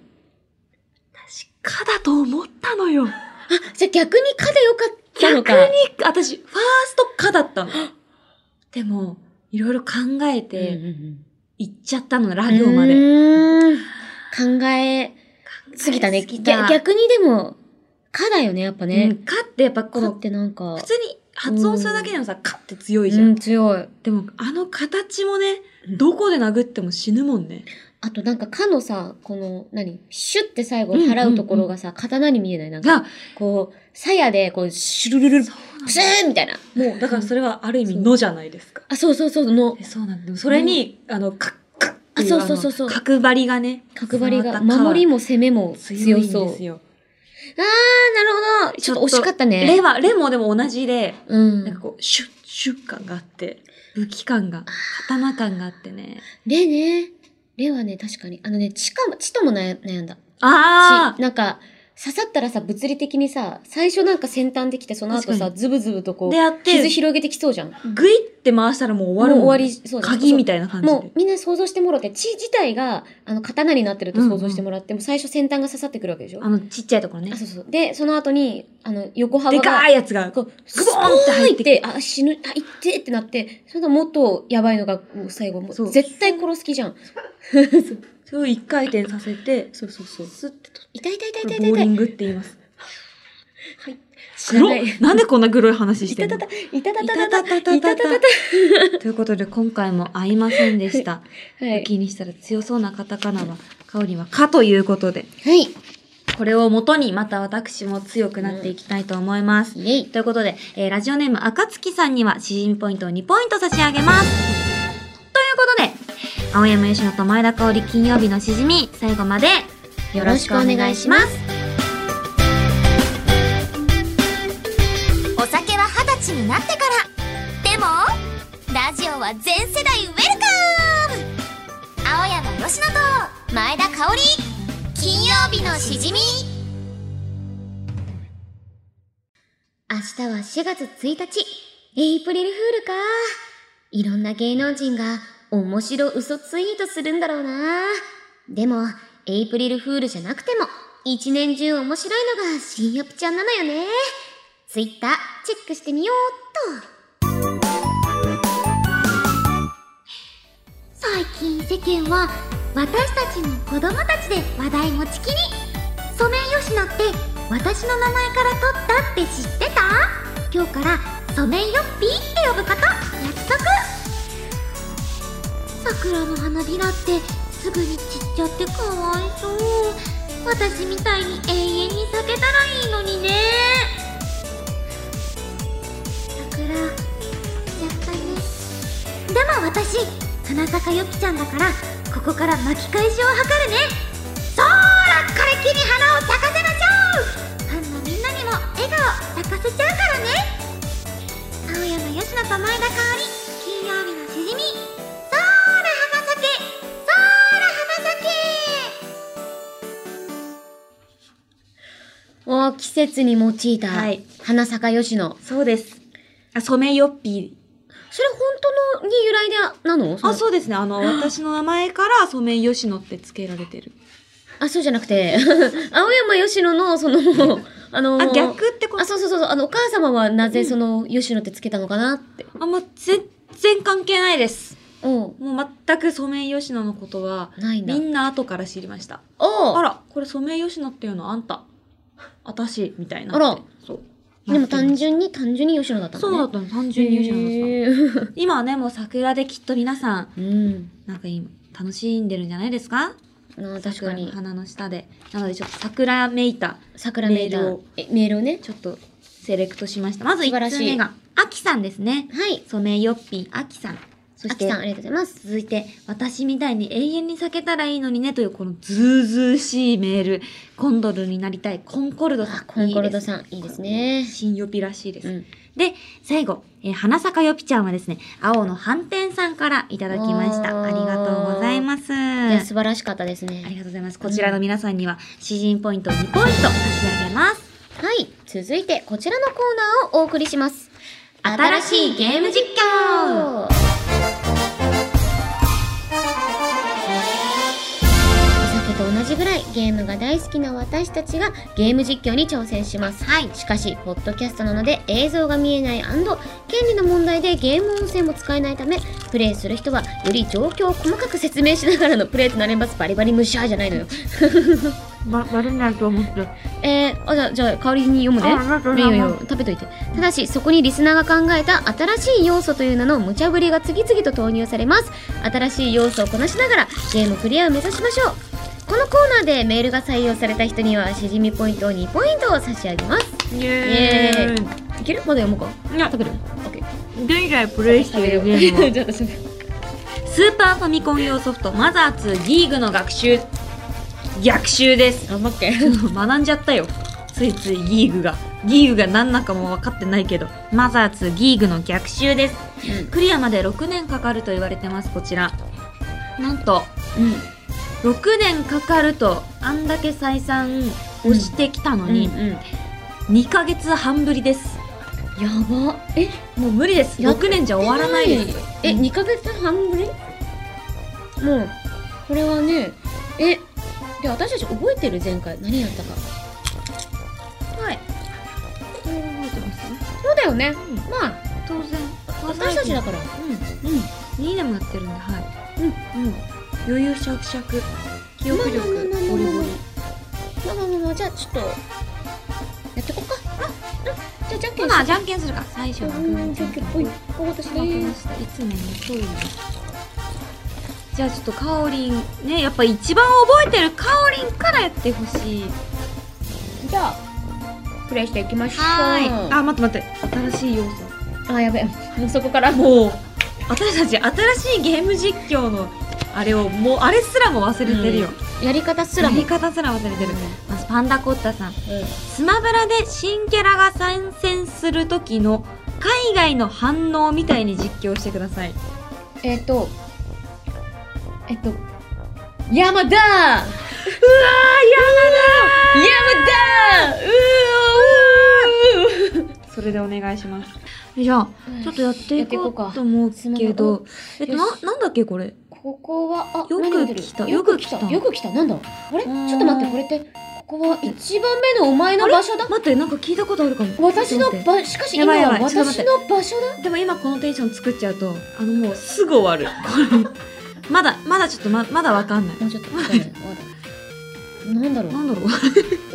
Speaker 2: 確かだと思ったのよ。
Speaker 1: あ、じゃあ逆にかでよかったの
Speaker 2: 逆
Speaker 1: か。
Speaker 2: に、私、ファーストかだったの。でも、いろいろ考え
Speaker 1: うん
Speaker 2: て、
Speaker 1: うん
Speaker 2: 行っちゃったの、ラ
Speaker 1: うん
Speaker 2: 行まで。
Speaker 1: うーん考えすぎたね。
Speaker 2: 考えすぎ
Speaker 1: ぎ
Speaker 2: た
Speaker 1: ゃ逆にでも、かだよね、やっぱ
Speaker 2: う
Speaker 1: ね。
Speaker 2: ん、かってやっぱ
Speaker 1: か
Speaker 2: この
Speaker 1: っ、てなんか
Speaker 2: 普、通に発音するだけでもさ、かって強いじゃ。
Speaker 1: うんん、強い。
Speaker 2: でも、あの形もね、どこで殴っても死ぬもんね。
Speaker 1: あとなんか、かのさ、この、何シュって最後払うところがさ、刀に見えない。なんか、
Speaker 2: が、
Speaker 1: こう、鞘で、こう、シュルルルル、プスーンみたいな。
Speaker 2: もう、だからそれはある意味のじゃないですか。
Speaker 1: あ、そうそうそう、の
Speaker 2: え、そうなんだ。でもそれに、あの、かっ、かっってい
Speaker 1: あそうそうそうそう
Speaker 2: あの角張りがね、
Speaker 1: 角張りが、
Speaker 2: また
Speaker 1: 守りも攻めも
Speaker 2: 強
Speaker 1: 強
Speaker 2: いん
Speaker 1: そう。
Speaker 2: ですよ。
Speaker 1: あー、なるほど。ちょっと惜しかったね。
Speaker 2: レは、レもでも同じで、
Speaker 1: うん
Speaker 2: なんか。こう、シュッ、シュッ感があって、武器感が、刀感があってね。
Speaker 1: レね。レはね、確かに。あのね、地かも、地とも悩悩んだ。
Speaker 2: あ
Speaker 1: しなんか、刺さったらさ、物理的にさ、最初なんか先端できて、その後
Speaker 2: 確か
Speaker 1: さ、ズブズブとこ
Speaker 2: あ
Speaker 1: う
Speaker 2: で、あって、
Speaker 1: 傷広げてきそうじゃん。も
Speaker 2: グイって回したらもう終わる
Speaker 1: う終
Speaker 2: も
Speaker 1: わ
Speaker 2: んね、
Speaker 1: り、そうじゃん
Speaker 2: 鍵みたいな感じで。
Speaker 1: もうみんな想像してもろて、血自体が、あの、刀になってると想像してもらって、もう最初先端が刺さってくるわけでしょ
Speaker 2: あの、ちっちゃいところね
Speaker 1: あ、。そうそう。で、その後に、あの、横幅
Speaker 2: で
Speaker 1: が。
Speaker 2: かいやつが、
Speaker 1: こう、
Speaker 2: ズ
Speaker 1: ス
Speaker 2: ボ
Speaker 1: ボ
Speaker 2: ー
Speaker 1: ー
Speaker 2: ン
Speaker 1: ン
Speaker 2: っ
Speaker 1: ってて
Speaker 2: 入
Speaker 1: 入
Speaker 2: っ
Speaker 1: っててあ、死ぬ、あ、いってってなって、それともっとやばいのが、もう最後、も
Speaker 2: そう
Speaker 1: う絶対殺す気じゃん。
Speaker 2: それを一回転させて、
Speaker 1: そうそうそう。
Speaker 2: スッて取っ
Speaker 1: 痛い痛い痛い
Speaker 2: こ
Speaker 1: 痛い痛
Speaker 2: れ
Speaker 1: い
Speaker 2: ボー
Speaker 1: 痛
Speaker 2: リ
Speaker 1: い。
Speaker 2: ングって言います。
Speaker 1: 知ら
Speaker 2: 黒
Speaker 1: な
Speaker 2: っ
Speaker 1: い
Speaker 2: なんでこんな黒い話し
Speaker 1: い
Speaker 2: て
Speaker 1: た
Speaker 2: んの
Speaker 1: たた、いたた
Speaker 2: い
Speaker 1: たたた。
Speaker 2: たたたたた
Speaker 1: いたたた
Speaker 2: ということで、今回も合いませんでした。
Speaker 1: は
Speaker 2: 武
Speaker 1: い。
Speaker 2: 器にしたら強そうなカタカナは、カオリンはカということで、
Speaker 1: はい。
Speaker 2: これを元にまた私も強くなっていきたいと思います。
Speaker 1: イエイ。
Speaker 2: ということで、えーラジオネームあかつきさんには詩人ポイントを2ポイント差し上げます。ということで、青山吉野と前田香織金曜日のしじみ、最後までよろしくお願いします。
Speaker 4: お酒は二十歳になってからでもラジオは全世代ウェルカム青山吉野と前田香織金曜日のしじみ明日は4月1日エイプリルフールかいろんな芸能人が面白嘘ツイートするんだろうなでもエイプリルフールじゃなくても一年中面白いのが新よぴちゃんなのよねツイッターチェックしてみようっと最近世間は私たちの子供たちで話題持ちきりソメイヨシノって私の名前から取ったって知ってた今日からソメイヨッピーって呼ぶこと約束桜の花びらってすぐに散っちゃってかわいそう私みたいに永遠に咲けたらいいのにね桜やったねでも私花坂よきちゃんだからここから巻き返しを図るねそーらこれきに花を咲かせましょうファンのみんなにも笑顔咲かせちゃうからね青山よしのと前田香織金曜日のしじみそーら花咲けそーら花咲け
Speaker 1: お季節に用いた
Speaker 2: はい、
Speaker 1: 花坂吉野。
Speaker 2: そうです。あ、ソメイヨッピ
Speaker 1: それ本当のに由来でなの
Speaker 2: ー。あ、
Speaker 1: う。
Speaker 2: そうですね。あの、私の名前からソメイヨシノって付けられてる。
Speaker 1: あ、そうじゃなくて、青山吉野の、その、あの
Speaker 2: あ、逆ってこと
Speaker 1: あ、そうそうそうそう、あの、お母様はなぜその、吉野ってつけたのかなって。
Speaker 2: あんま全然関係ないです。
Speaker 1: うん。
Speaker 2: もう全くソメイヨシノのことは、
Speaker 1: ないんだ
Speaker 2: み。んな後から知りました。
Speaker 1: お
Speaker 2: あ
Speaker 1: う
Speaker 2: ら、これソメイヨシノっていうのあんた。あたし、みたいな。
Speaker 1: あら。
Speaker 2: そう。
Speaker 1: でも単
Speaker 2: 純
Speaker 1: 純に、単純に吉野だった
Speaker 2: そ
Speaker 1: の
Speaker 2: う
Speaker 1: ね。
Speaker 2: だったの。単純にヨシノだっ
Speaker 1: へー
Speaker 2: たの。今はね、もう桜できっと皆さん、
Speaker 1: うん。
Speaker 2: なんか今、楽しんでるんじゃないですか
Speaker 1: あー確か
Speaker 2: 桜の
Speaker 1: に。
Speaker 2: 花の下で。なので、ちょっと桜めいた、
Speaker 1: 桜メー
Speaker 2: メール
Speaker 1: ル
Speaker 2: を。
Speaker 1: え、メールをね。
Speaker 2: ちょっとセレクトしました。まず
Speaker 1: 素晴
Speaker 2: 1
Speaker 1: らし
Speaker 2: つ
Speaker 1: い
Speaker 2: 目が、あきさんですね。
Speaker 1: はい。
Speaker 2: ソメイヨッピー、あきさん。
Speaker 3: そ
Speaker 4: あ
Speaker 3: し
Speaker 4: き
Speaker 3: て
Speaker 4: さん、ありがとうございます。
Speaker 2: 続いて、私みたいに永遠に避けたらいいのにねというこのズうずうしいメール。コンドルになりたいコンコルドさ
Speaker 1: あ
Speaker 2: ん。
Speaker 1: コンコルドさん、いいですね。
Speaker 2: 新予備らしいです。
Speaker 1: うん
Speaker 2: で、最後、えー花坂よぴちゃんはですね、青の反転さんからいただきました。
Speaker 1: おー
Speaker 2: ありがとうございます。
Speaker 1: いや、素晴らしかったです
Speaker 2: あり
Speaker 1: ね。
Speaker 2: がとうございます。こちらの皆さんには、詩人ポイント2ポイント差し上げます。
Speaker 1: はい。続いて、こちらのコーナーをお送りします。
Speaker 2: 新しいゲーム実況
Speaker 1: ふざけと同じぐらいゲームが大好きな私たちがゲーム実況に挑戦します。はい。しかし、ポッドキャストなので映像が見えない権利の問題でゲーム音声も使えないため、プレイする人はより状況を細かく説明しながらのプレイとなります。バリバリ無視派じゃないのよ。
Speaker 3: ば、バレないと思って。
Speaker 1: えー、あじゃあ、じゃあ、代わりに読むね。
Speaker 3: あありがとうご
Speaker 1: いい
Speaker 3: ざい
Speaker 1: よ
Speaker 3: ます
Speaker 1: いいよ食べといてただしそこにリスナーが考えた新しい要素という名の無茶ぶりが次々と投入されます新しい要素をこなしながらゲームクリアを目指しましょうこのコーナーでメールが採用された人にはしじみポイントを2ポイントを差し上げます
Speaker 3: イ
Speaker 1: エ
Speaker 3: エ
Speaker 1: ーイ
Speaker 3: ー
Speaker 1: いけるまだ読むか
Speaker 3: イ。いや、
Speaker 1: 食べる ?OK
Speaker 3: 現在プレイしているゲームは
Speaker 1: じゃあ私も
Speaker 2: スーパーファミコン用ソフト、マザー2ギーグの学習、逆襲です。
Speaker 1: あ、待って
Speaker 2: 学んじゃったよ。ついついギーグが。ギーグが何なのかも分かってないけど、マザー2ギーグの逆襲です。クリアまで6年かかると言われてます、こちら。なんと、
Speaker 1: うん
Speaker 2: 6年かかると、あんだけ再三押してきたの
Speaker 1: うん
Speaker 2: に、2ヶ月半ぶりです。
Speaker 1: やばえ
Speaker 2: もう無理です。
Speaker 1: やって
Speaker 2: 6年じゃ終わらないです。
Speaker 1: え、
Speaker 2: うん
Speaker 1: 2ヶ月半ぶりもうこれはねえで私たち覚えてる前回何やったか
Speaker 2: はい。
Speaker 1: そうだよね、
Speaker 2: うん
Speaker 1: まあ
Speaker 2: 当然。
Speaker 1: 私たちだから
Speaker 2: うん。うん。2年もやってるんで、はい。うん。うん。余裕しゃくしゃく。記憶力、ボリボリ。
Speaker 1: まあまあまあまあじゃあちょっとやってこっかあうんじゃあじゃんけん
Speaker 2: まあ、じゃんけんするか。最初
Speaker 1: う
Speaker 2: はグー
Speaker 1: んじゃんけんぽいお私
Speaker 2: 負けま
Speaker 1: です
Speaker 2: した。いつもね、そういうの。じゃあちょっとかおりんねやっぱ一番覚えてるかおりんからやってほしい
Speaker 1: じゃあプレイしていきましょう
Speaker 2: は
Speaker 1: あ
Speaker 3: あ、待って待って。
Speaker 2: 新しい要素
Speaker 1: あやべえもうそこからもう
Speaker 2: もう私たち新しいゲーム実況のあれをもうあれすらも忘れてるよ、
Speaker 1: やり方す
Speaker 2: や
Speaker 1: らも
Speaker 2: り方すら忘れてる、まずパンダコッタさん
Speaker 1: うん
Speaker 2: スマブラで新キャラが参戦する時の海外の反応みたいに実況してください
Speaker 1: えっ、とえっ、と山田うわ山田山田うーうーう
Speaker 3: それでお願いします。
Speaker 2: じゃあ
Speaker 1: ー
Speaker 2: ちょっとやって
Speaker 1: や
Speaker 2: い
Speaker 1: っていこ
Speaker 2: こ
Speaker 1: うか
Speaker 2: うと思う
Speaker 1: スマ
Speaker 2: け
Speaker 1: ブラ
Speaker 2: どえっとな
Speaker 1: よし
Speaker 2: なんだっけこれ
Speaker 1: ここは、あ、
Speaker 2: よく
Speaker 1: 何が出てる
Speaker 2: 来た
Speaker 1: よく来た。
Speaker 2: よく来た
Speaker 1: よく来た。なんだあれちょっと待って、これって、ここは一番目のお前の
Speaker 2: あれ
Speaker 1: 場所だ
Speaker 2: 待ってなんか聞いたことあるかも
Speaker 1: 私の
Speaker 2: ちょっと待っ
Speaker 1: 場、しかし
Speaker 2: や
Speaker 1: 今
Speaker 2: ばいやば
Speaker 1: はい
Speaker 2: ちょっと待
Speaker 1: 私
Speaker 2: って
Speaker 1: の場所だ
Speaker 2: てでも今このテンション作っちゃうとあのもうすぐ終わる これまだまだちょっとままだわかんない
Speaker 1: もうちょっと、わかんないわかんないなんだろ
Speaker 2: なんだろう
Speaker 1: う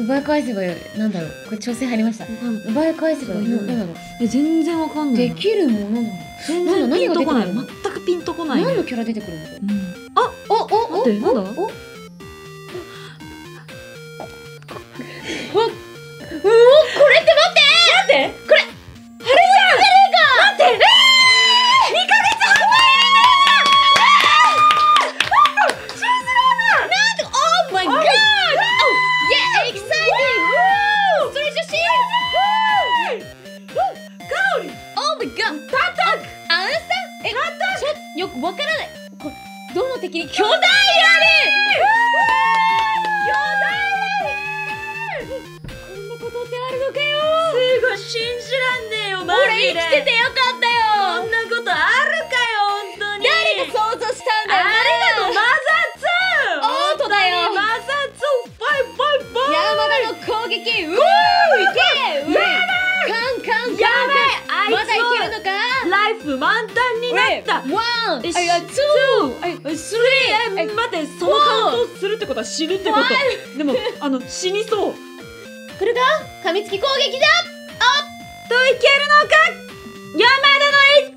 Speaker 1: 奪い返せばよ、なんだろうこれ調整入りました。奪い返せばよ、
Speaker 2: うん
Speaker 1: なんだろ
Speaker 2: え全然わかん
Speaker 1: う
Speaker 2: ない
Speaker 1: で
Speaker 2: な
Speaker 1: きるものなの
Speaker 2: 全然ピンとこない
Speaker 1: なんだ何が出
Speaker 2: 全くピンとこない
Speaker 1: 何のキャラ出てくるの
Speaker 2: うん
Speaker 1: お、お、お、
Speaker 2: 待ってなんだ
Speaker 1: お、およくわからないこれどの敵に巨大ラリー巨大ラリーこんなことってあるのかよ
Speaker 2: すごい信じらんねえよマジ
Speaker 1: 俺生
Speaker 2: で
Speaker 1: きててよかった
Speaker 2: こ
Speaker 1: よ
Speaker 2: んなことあるかよ本当に
Speaker 1: 誰が想像したんだよ誰
Speaker 2: マ
Speaker 1: が
Speaker 2: ザ
Speaker 1: オートだよ
Speaker 2: ー2マザー2バイバ
Speaker 1: 山田の攻
Speaker 2: イバイ
Speaker 1: 撃うーいけうーいカンカンカンカン
Speaker 2: や
Speaker 1: ま
Speaker 2: ばいあ
Speaker 1: だ
Speaker 2: い
Speaker 1: いけるのか
Speaker 2: つをライフ満タンになった
Speaker 1: ワン
Speaker 2: え
Speaker 1: あいや
Speaker 2: ツ
Speaker 1: ツ
Speaker 2: ーえ
Speaker 1: ス
Speaker 2: え待ってそのカウントするってことは死ぬってことでもあの死にそう
Speaker 1: ーこれが噛みつき攻撃だ
Speaker 2: といけるのか山田の HP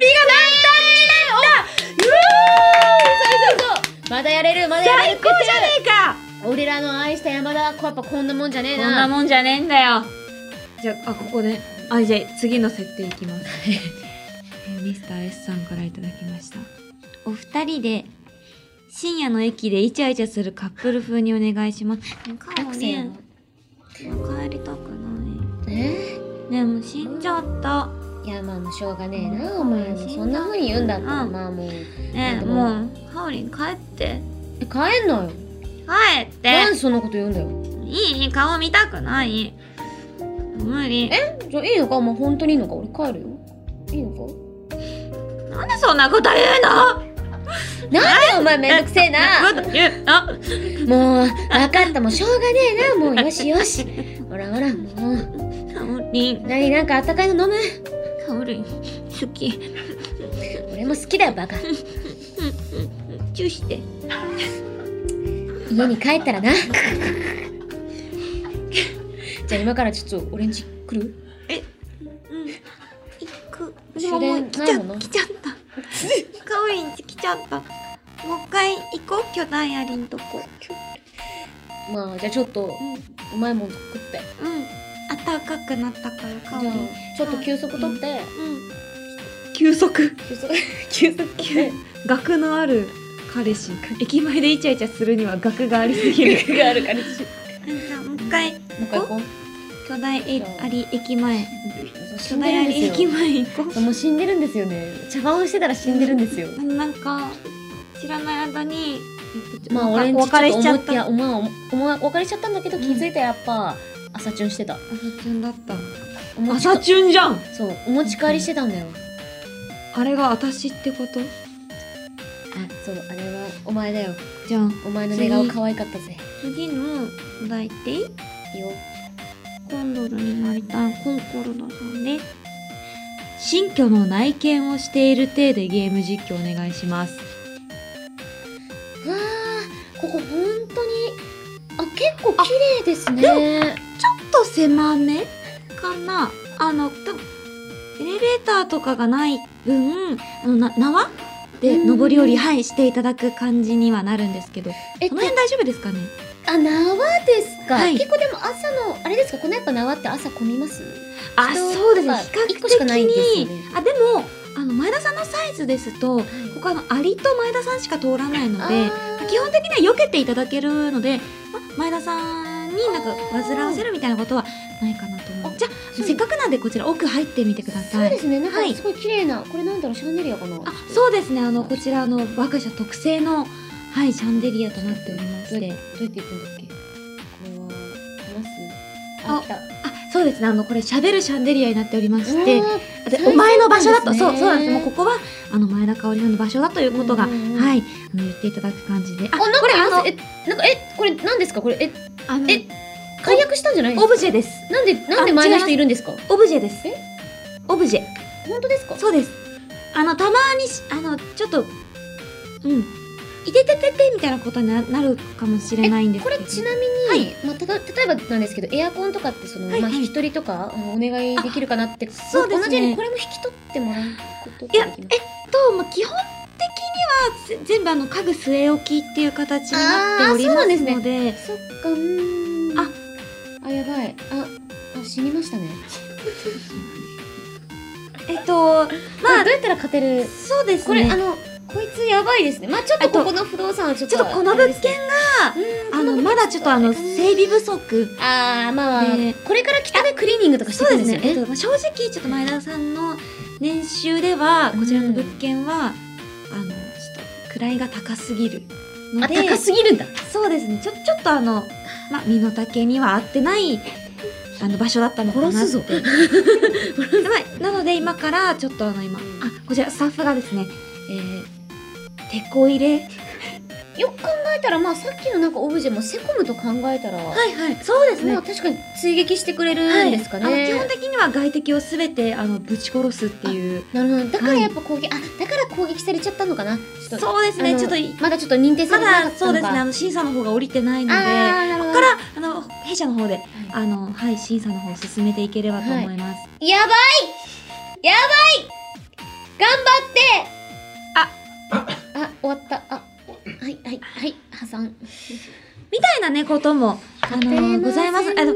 Speaker 1: そうそうそうまだやれるまだやれ
Speaker 2: 最
Speaker 1: る
Speaker 2: 高じゃねえか
Speaker 1: 俺らの愛した山田はやっぱこんなもんじゃねえな
Speaker 2: こんなもんじゃねえんだよじゃああここであ じゃあ次の設定いきますえーミスター S さんからいただきましたお二人で深夜の駅でイチャイチャするカップル風にお願いします。かもね、帰りたくな
Speaker 1: え
Speaker 2: い。ねえもう死んじゃった。
Speaker 1: ーいやまあもうしょうがねえなお前もそんな風に言うんだったら
Speaker 2: うん
Speaker 1: まあもう
Speaker 2: ねえ
Speaker 1: でも
Speaker 2: もう、ハオリン帰って。
Speaker 1: え帰んなよな
Speaker 2: 帰っ
Speaker 1: ん
Speaker 2: て。
Speaker 1: でそんなこと言うんだよ
Speaker 2: いい顔見たくない。無理。
Speaker 1: じゃあいいのかもう本当にいいのか俺帰るよいいのか
Speaker 2: なんでそんなこと言うの
Speaker 1: なんでお前めんどくせえな
Speaker 2: そんなこと言うの
Speaker 1: もう分かったもうしょうがねえなもうよしよしほらほらもう
Speaker 2: カオリン、
Speaker 1: 何なんかあったかいの飲む
Speaker 2: カオリン、好き。
Speaker 1: 俺も好きだよバカ
Speaker 2: チューして。
Speaker 1: 家に帰ったらなじゃあ今からちょっと俺んち来る
Speaker 2: うん。行く。
Speaker 1: 終
Speaker 2: でももう
Speaker 1: 電
Speaker 2: 来ちゃ
Speaker 1: ないもの
Speaker 2: 来ちゃった。カオリンち来ちゃった。もう一回行こう、巨大アリんとこ。
Speaker 1: まあじゃあちょっとうまいもん食って
Speaker 2: うん。暖かくなったから、カオ
Speaker 1: じ
Speaker 2: リ
Speaker 1: ゃ
Speaker 2: ン。
Speaker 1: あちょっと休息取って
Speaker 2: うん。
Speaker 5: 休息
Speaker 1: 休息休息取って
Speaker 5: 学のある彼氏駅前でイチャイチャするには学がありす ぎる
Speaker 1: があ るからもう
Speaker 2: じゃあもう一回、
Speaker 1: 一回行こう
Speaker 2: 巨大アリ駅前。
Speaker 1: 死
Speaker 2: 巨
Speaker 1: んで
Speaker 2: 大ア
Speaker 1: るん
Speaker 2: リ
Speaker 1: です
Speaker 2: 駅
Speaker 1: よ
Speaker 2: 前行こう。
Speaker 1: もう死んでるんですよね茶番をしてたら死んでるんですよ
Speaker 2: なんか、知らない間に、えっと
Speaker 1: まあ俺んちち
Speaker 2: お
Speaker 1: ょっ
Speaker 2: 別れ
Speaker 1: と
Speaker 2: しちゃ
Speaker 1: 思っ
Speaker 2: った
Speaker 1: て。おまあおまお別れしちゃったんだけど気づいたらやっぱ朝チュンしてた
Speaker 2: 朝ちゃんだった。
Speaker 1: お持ち
Speaker 5: 朝チュンじゃん
Speaker 1: そうお持ち帰りしてたんだよ
Speaker 5: あれが私ってこと
Speaker 1: そうあれはお前だよ
Speaker 2: じゃあ、
Speaker 1: お前の寝顔可愛かったぜ
Speaker 2: 次のお題っていい
Speaker 1: いいよ
Speaker 2: コンドルになりたいコンコルドさんです。新居の内見をしている体でゲーム実況お願いします。
Speaker 1: わあここ本当にあ結構綺麗ですね
Speaker 2: ちょっと狭めかなあの、多分エレベーターとかがない分、あの、な縄で
Speaker 1: うん
Speaker 2: 上り下り、はい、していただく感じにはなるんですけど、こ
Speaker 1: えっと
Speaker 2: の辺大丈夫ですかね
Speaker 1: あ縄ですか、
Speaker 2: はい
Speaker 1: 結構でも朝のあれですかこのやっぱ縄って朝混みます
Speaker 2: あ、
Speaker 1: 人
Speaker 2: そうですね
Speaker 1: が。
Speaker 2: 比
Speaker 1: 一
Speaker 2: 較
Speaker 1: 個しか
Speaker 2: 的
Speaker 1: ないんですよ
Speaker 2: に
Speaker 1: ね、
Speaker 2: あ、でも、あの、前田さんのサイズですと、他のアリと前田さんしか通らないの
Speaker 1: あ
Speaker 2: で、
Speaker 1: ー
Speaker 2: 基本的には避けていただけるので、ま、前田さんになんか煩わせるみたいなことはないかなと思う。じゃあ、
Speaker 1: そう
Speaker 2: せっかくなんでこちら奥入ってみてくだ
Speaker 1: そ
Speaker 2: さ
Speaker 1: う
Speaker 2: い
Speaker 1: で。すねなん
Speaker 2: は
Speaker 1: か
Speaker 2: い
Speaker 1: すごい綺麗な、これなんだろうシャンデリアかな
Speaker 2: あ、そうですね。あの、こちらあの我が社特製の、はい、シャンデリアとなっておりま
Speaker 1: ど
Speaker 2: し
Speaker 1: うやってど。う
Speaker 2: て
Speaker 1: やって行くんだっけこれはます
Speaker 2: あ
Speaker 1: あ来た
Speaker 2: あ、そうですね。あの、これ喋るシャンデリアになっておりまして
Speaker 1: う、わ
Speaker 2: あでお前の場所だと、
Speaker 1: 最
Speaker 2: そ
Speaker 1: 先端ですね
Speaker 2: う、そうなんです。もうここは、あの、前田香織さんの場所だということが、
Speaker 1: う
Speaker 2: は
Speaker 1: んうんうん
Speaker 2: い、あの、言っていただく感じで。
Speaker 1: ー
Speaker 2: あ、
Speaker 1: あなん
Speaker 2: これ、あ
Speaker 1: かあ
Speaker 2: の
Speaker 1: の、えなんかえこれ何ですかこれえ
Speaker 2: あの、
Speaker 1: え解約したんじゃないんです
Speaker 2: オ
Speaker 1: か
Speaker 2: ブジェです。
Speaker 1: なんでなんで前の人いるんですか
Speaker 2: オブジェです
Speaker 1: え。
Speaker 2: オブジェ。
Speaker 1: 本当ですか
Speaker 2: そうです。あの、たまにし、あの、ちょっと、うん。いててててみたいなことにななるかもしれないんです
Speaker 1: こ
Speaker 2: けど。
Speaker 1: れちなみに、まあ、ただ例えばなんですけどエアコンとかってその、
Speaker 2: はい
Speaker 1: まあ、
Speaker 2: はい
Speaker 1: 引き取りとかあのお願いできるかなって
Speaker 2: そうですね
Speaker 1: 同じようにこれも引き取ってもらうことって
Speaker 2: いや、
Speaker 1: でき
Speaker 2: えっ
Speaker 1: ます
Speaker 2: と、もう基本的にはぜ全部あの、家具据え置きっていう形になっており
Speaker 1: あーそう
Speaker 2: ま
Speaker 1: なんですすね
Speaker 2: ので、
Speaker 1: そっかうーん
Speaker 2: あ
Speaker 1: あやばいああ死にましたね、
Speaker 2: えっと、
Speaker 1: ま
Speaker 2: ま
Speaker 1: あ、
Speaker 2: あ
Speaker 1: どうやったら勝てる
Speaker 2: そうですね。
Speaker 1: これ、あのこいつやばいですねまあちょっとここの不動産はちょっと
Speaker 2: ちょっとこの物件
Speaker 1: あれですねうん
Speaker 2: あの、
Speaker 1: こ
Speaker 2: まだちょっとあの、整備不足。
Speaker 1: あーまあまあ、
Speaker 2: ね
Speaker 1: これから来たねクリーニングとかして
Speaker 2: そ
Speaker 1: く
Speaker 2: うで
Speaker 1: ん
Speaker 2: す
Speaker 1: ですよ
Speaker 2: ね。えっ
Speaker 1: ね
Speaker 2: と、まあ正直、ちょっと前田さんの年収では、こちらの物件は、あの、ちょっと、位が高すぎるの
Speaker 1: あ
Speaker 2: で。
Speaker 1: 高すぎるんだ
Speaker 2: そうですね。ちょ、ちょっとあの、まあ、身の丈には合ってない、あの、場所だったのかなって。
Speaker 1: 殺すぞ
Speaker 2: はいなので、今から、ちょっとあの、今、あ、こちら、スタッフがですね、えー、手こ入れ。
Speaker 1: よく考えたらまあさっきのなんかオブジェもセコムと考えたら、
Speaker 2: いはい。そうです
Speaker 1: ま
Speaker 2: ね
Speaker 1: あ。確かに追撃してくれ
Speaker 2: は
Speaker 1: るん
Speaker 2: い
Speaker 1: ですかね、
Speaker 2: あの基本的には外敵をすべてあのぶち殺すっていう
Speaker 1: なるほどだからやっぱ攻撃、あだから攻撃されちゃったのかなちょっと
Speaker 2: そうですね
Speaker 1: あの
Speaker 2: ちょっと
Speaker 1: まだちょっと認定され
Speaker 2: ま
Speaker 1: てなか
Speaker 2: だ
Speaker 1: った
Speaker 2: そう
Speaker 1: の
Speaker 2: で
Speaker 1: か
Speaker 2: すねあの審査の方が降りてないので
Speaker 1: あーなる
Speaker 2: こ
Speaker 1: ほど
Speaker 2: こからあの弊社の方で、あのはい審査の方を進めていければと思います、
Speaker 1: やばいやばい頑張ってああ終わったあはいはいはい破産
Speaker 2: みたいなねことも、はあの、ございます。あの、あの、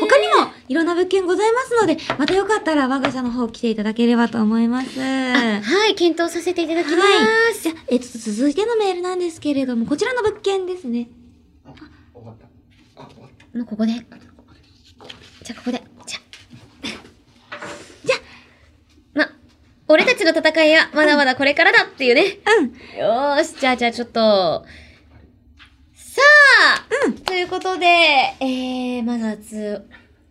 Speaker 2: 他にもいろんな物件ございますので、またよかったら我が社の方来ていただければと思います。はい。
Speaker 1: はい、検討させていただきます。
Speaker 2: じゃあ、えっと、続いてのメールなんですけれども、こちらの物件ですね。
Speaker 6: 終わった。あ、終わった。
Speaker 1: もうここで。じゃあここで。じゃ
Speaker 2: じゃ
Speaker 1: あ。ま、俺たちの戦いはまだまだこれからだっていうね。
Speaker 2: うん。
Speaker 1: よーし、じゃあじゃあちょっと。さあ、ということで、えー、まずはつ終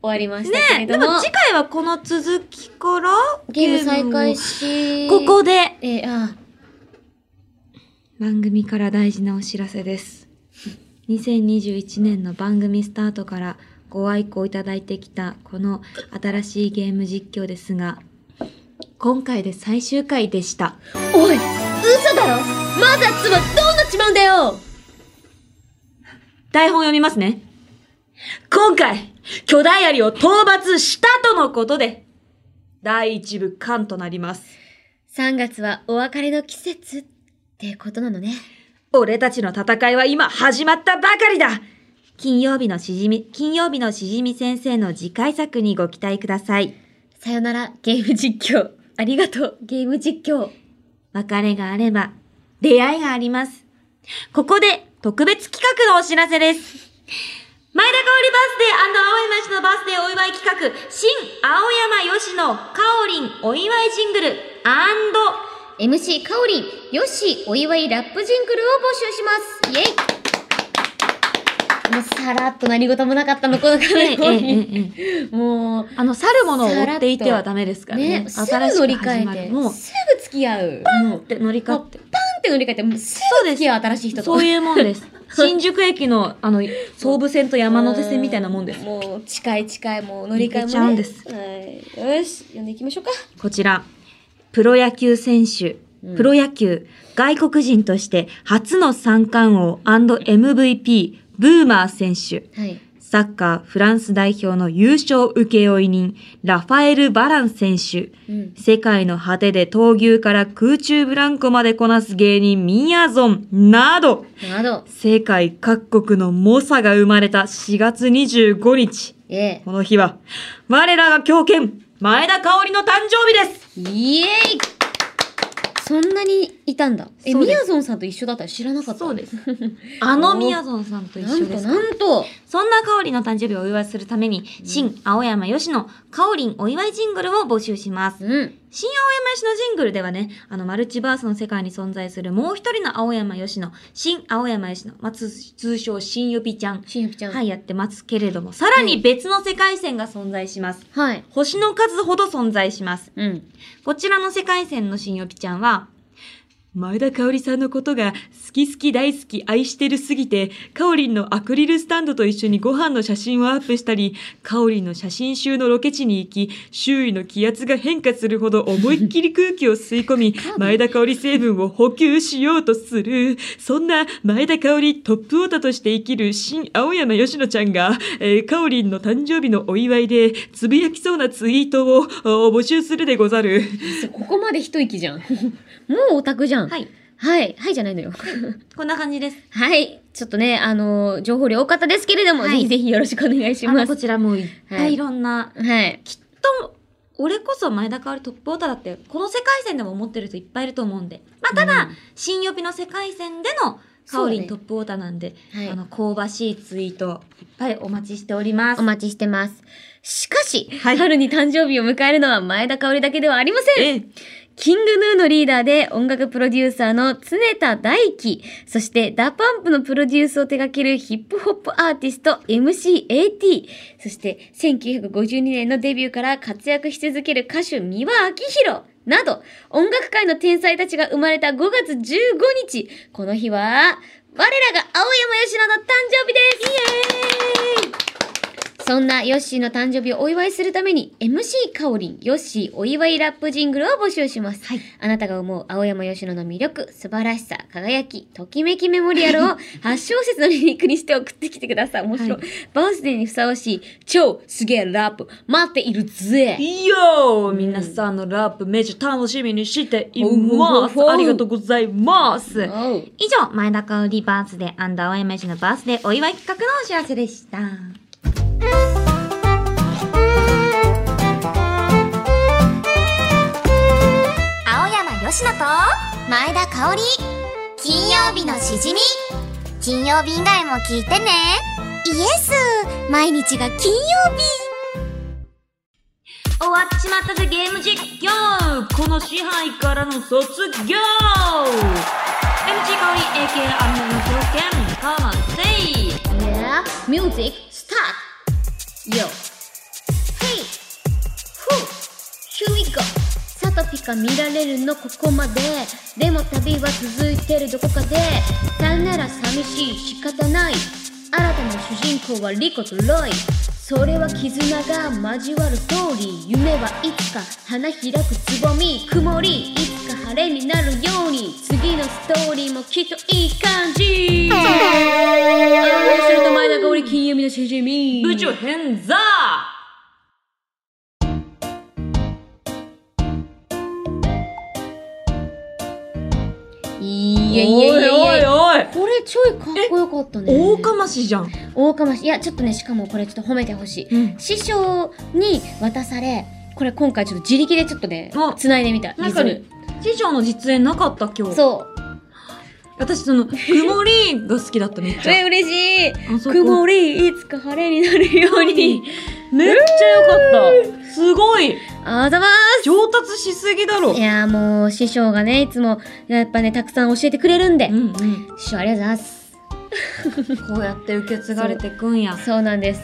Speaker 1: わりましたけれ
Speaker 2: ねえ、で
Speaker 1: ども。
Speaker 2: も次回はこの続きから、
Speaker 1: ゲーム再開
Speaker 2: し、
Speaker 1: し。
Speaker 2: ここで、
Speaker 1: えー、あ
Speaker 2: 番組から大事なお知らせです。2021年の番組スタートからご愛顧いただいてきたこの新しいゲーム実況ですが、今回で最終回でした。
Speaker 1: おい嘘だろまずはつまどうなっちまうんだよ
Speaker 7: 台本読みますね。今回、巨大アリを討伐したとのことで、第一部完となります。
Speaker 1: !3 月はお別れの季節ってことなのね。
Speaker 7: 俺たちの戦いは今始まったばかりだ
Speaker 2: 金曜日のしじみ、金曜日のしじみ先生の次回作にご期待ください。
Speaker 1: さよなら、ゲーム実況。ありがとう、ゲーム実況。
Speaker 2: 別れがあれば、出会いがあります。ここで、特別企画のお知らせです。前田香織バースデー青山市のバースデーお祝い企画、新青山よしのかおりんお祝いジングル
Speaker 1: MC かおりん、よっしー、お祝いラップジングルを募集します。イェイもうさらっと何事もなかったの、この
Speaker 2: え
Speaker 1: 彼
Speaker 2: ええ えええ
Speaker 1: もう、
Speaker 7: あの、去るものを追っていてはダメですからね。
Speaker 1: ね、すぐ乗り換えて、
Speaker 7: もう、
Speaker 1: すぐ付き合う。もう、
Speaker 7: で乗り換って。
Speaker 1: パンって乗り換えて、もうすぐ付き合う、新しい人と。
Speaker 7: そういうもんです。 新宿駅の、あの、総武線と山手線みたいなもんです。
Speaker 1: もう、近い近い、もう乗り換えも、ね、
Speaker 7: 行けちゃうんです
Speaker 1: はい。よし、読んでいきましょうか。
Speaker 2: こちら、プロ野球選手、プロ野球、外国人として初の三冠王 &MVP、ブーマー選手。
Speaker 1: はい。
Speaker 2: サッカーフランス代表の優勝請負人、ラファエル・バラン選手。
Speaker 1: うん。
Speaker 2: 世界の果てで闘牛から空中ブランコまでこなす芸人ミヤゾンなど、
Speaker 1: など、
Speaker 2: 世界各国の猛者が生まれた4月25日。
Speaker 1: ええ。
Speaker 2: この日は、我らが狂犬、前田香織の誕生日です
Speaker 1: イエーイそんなにいたんだ。え、
Speaker 2: そう
Speaker 1: み
Speaker 2: です
Speaker 1: やぞんさんと一緒だったら知らなかった。そうです。
Speaker 2: あのミヤゾンさんと一
Speaker 1: なん
Speaker 2: 緒
Speaker 1: と
Speaker 2: です。
Speaker 1: なんと、
Speaker 2: そんな香織の誕生日をお祝いするために、新青山よしの香織お祝いジングルを募集します。
Speaker 1: うん。
Speaker 2: 新青山吉のジングルではね、あの、マルチバースの世界に存在するもう一人の青山吉野、新青山吉野、まあ、通通称新ゆぴちゃん。
Speaker 1: しんゆきちゃん。
Speaker 2: は
Speaker 1: はい。
Speaker 2: い、やってますけれども、さらに別の世界線が存在します。星の数ほど存在します。
Speaker 1: うん。
Speaker 2: こちらの世界線の新ゆぴちゃんは、前田香織さんのことが好き好き大好き愛してるすぎて、かおりんのアクリルスタンドと一緒にご飯の写真をアップしたり、かおりんの写真集のロケ地に行き、周囲の気圧が変化するほど思いっきり空気を吸い込 み、前田香織成分を補給しようとする。そんな前田香織トップオータとして生きる新青山吉野ちゃんが、えー、かおりんの誕生日のお祝いで、つぶやきそうなツイートをお募集するでござる。
Speaker 1: そうここまで一息じゃん。も うオタクじゃん。
Speaker 2: はい。
Speaker 1: はい。はいじゃないのよ。
Speaker 2: こんな感じです。
Speaker 1: はい。ちょっとね、あのー情報量多かったですけれども、
Speaker 2: はい
Speaker 1: ぜひぜひよろしくお願いし
Speaker 2: あ
Speaker 1: ま
Speaker 2: の
Speaker 1: す
Speaker 2: こ。ちらもいっぱ
Speaker 1: はい
Speaker 2: いいろんな、
Speaker 1: はい。
Speaker 2: きっと俺こそ前田香織トップオーターだってこの世界線でも思ってる人いっぱいいると思うんでまあただ、新予備の世界線での香織
Speaker 1: そうね
Speaker 2: トップオーターなんで、
Speaker 1: はい
Speaker 2: あの香ばしいツイートいっぱいお待ちしております
Speaker 1: お待ちしてます。しかし、
Speaker 2: はい
Speaker 1: 春に誕生日を迎えるのは前田香織だけではありません。
Speaker 2: ええ
Speaker 1: キングヌーのリーダーで音楽プロデューサーの常田大輝、そしてダパンプのプロデュースを手掛けるヒップホップアーティスト MCAT、そして1952年のデビューから活躍し続ける歌手三輪明宏など、音楽界の天才たちが生まれた5月15日、この日は、我らが青山吉野の誕生日ですイエーイそんなヨッシーの誕生日をお祝いするために MC かおりんヨッシーお祝いラップジングルを募集します、あなたが思う青山吉野の魅力素晴らしさ輝きときめきメモリアルを8小節のリリックにして送ってきてください面白い、バースデーにふさわしい超すげえラップ待っているぜ
Speaker 2: いいよ皆さんのラップめっちゃ楽しみにしています
Speaker 1: おうおうおう
Speaker 2: ありがとうございますは
Speaker 1: おう
Speaker 4: 以上、前田香織バースデー青山氏のバースデーお祝い企画のお知らせでした。青山吉野と前田香織金曜日のしじみ金曜日以外も聞いてねイエス毎日が金曜日
Speaker 3: 終わっちまったぜゲーム実況この支配からの卒業 MC 香り AK アミナのプロケンカーマンセイ
Speaker 1: Yeah, music start. Yo. Hey. Who? Here we go. さとぴか見られるのここまででも旅は続いてるどこかでさよなら寂しい仕方ない新たな主人公はリコとロイそれは絆が交わるストーリー夢はいつか花開くつぼみ曇りいつか晴れになるように次のストーリーもきっといい感じすると前田香織金曜日のしじみ
Speaker 2: 部長変座
Speaker 1: いやいや
Speaker 2: お
Speaker 1: いやいや
Speaker 2: おい
Speaker 1: これちょいかっこよかったね
Speaker 2: おい大かましじゃん
Speaker 1: 大かましいやちょっとねしかもこれちょっと褒めてほしい、
Speaker 2: うん
Speaker 1: 師匠に渡されこれ今回ちょっと自力でちょっとね
Speaker 2: あ
Speaker 1: 繋いでみた
Speaker 2: なんか
Speaker 1: リズ
Speaker 2: ね師匠の実演なかった今
Speaker 1: ム
Speaker 2: 日
Speaker 1: そう
Speaker 2: 私その曇りが好きだっためっち
Speaker 1: え
Speaker 2: ゃ
Speaker 1: 嬉しい
Speaker 2: あそこ
Speaker 1: 曇りいつか晴れになるように
Speaker 2: めっちゃ良かったすごい
Speaker 1: あざま
Speaker 2: 上達しすぎだろ
Speaker 1: ーすいやーもう師匠がねいつもやっぱねたくさん教えてくれるんで、
Speaker 2: うんうん
Speaker 1: 師匠ありがとうございます
Speaker 2: こうやって受け継がれてくんや。
Speaker 1: そうなんです。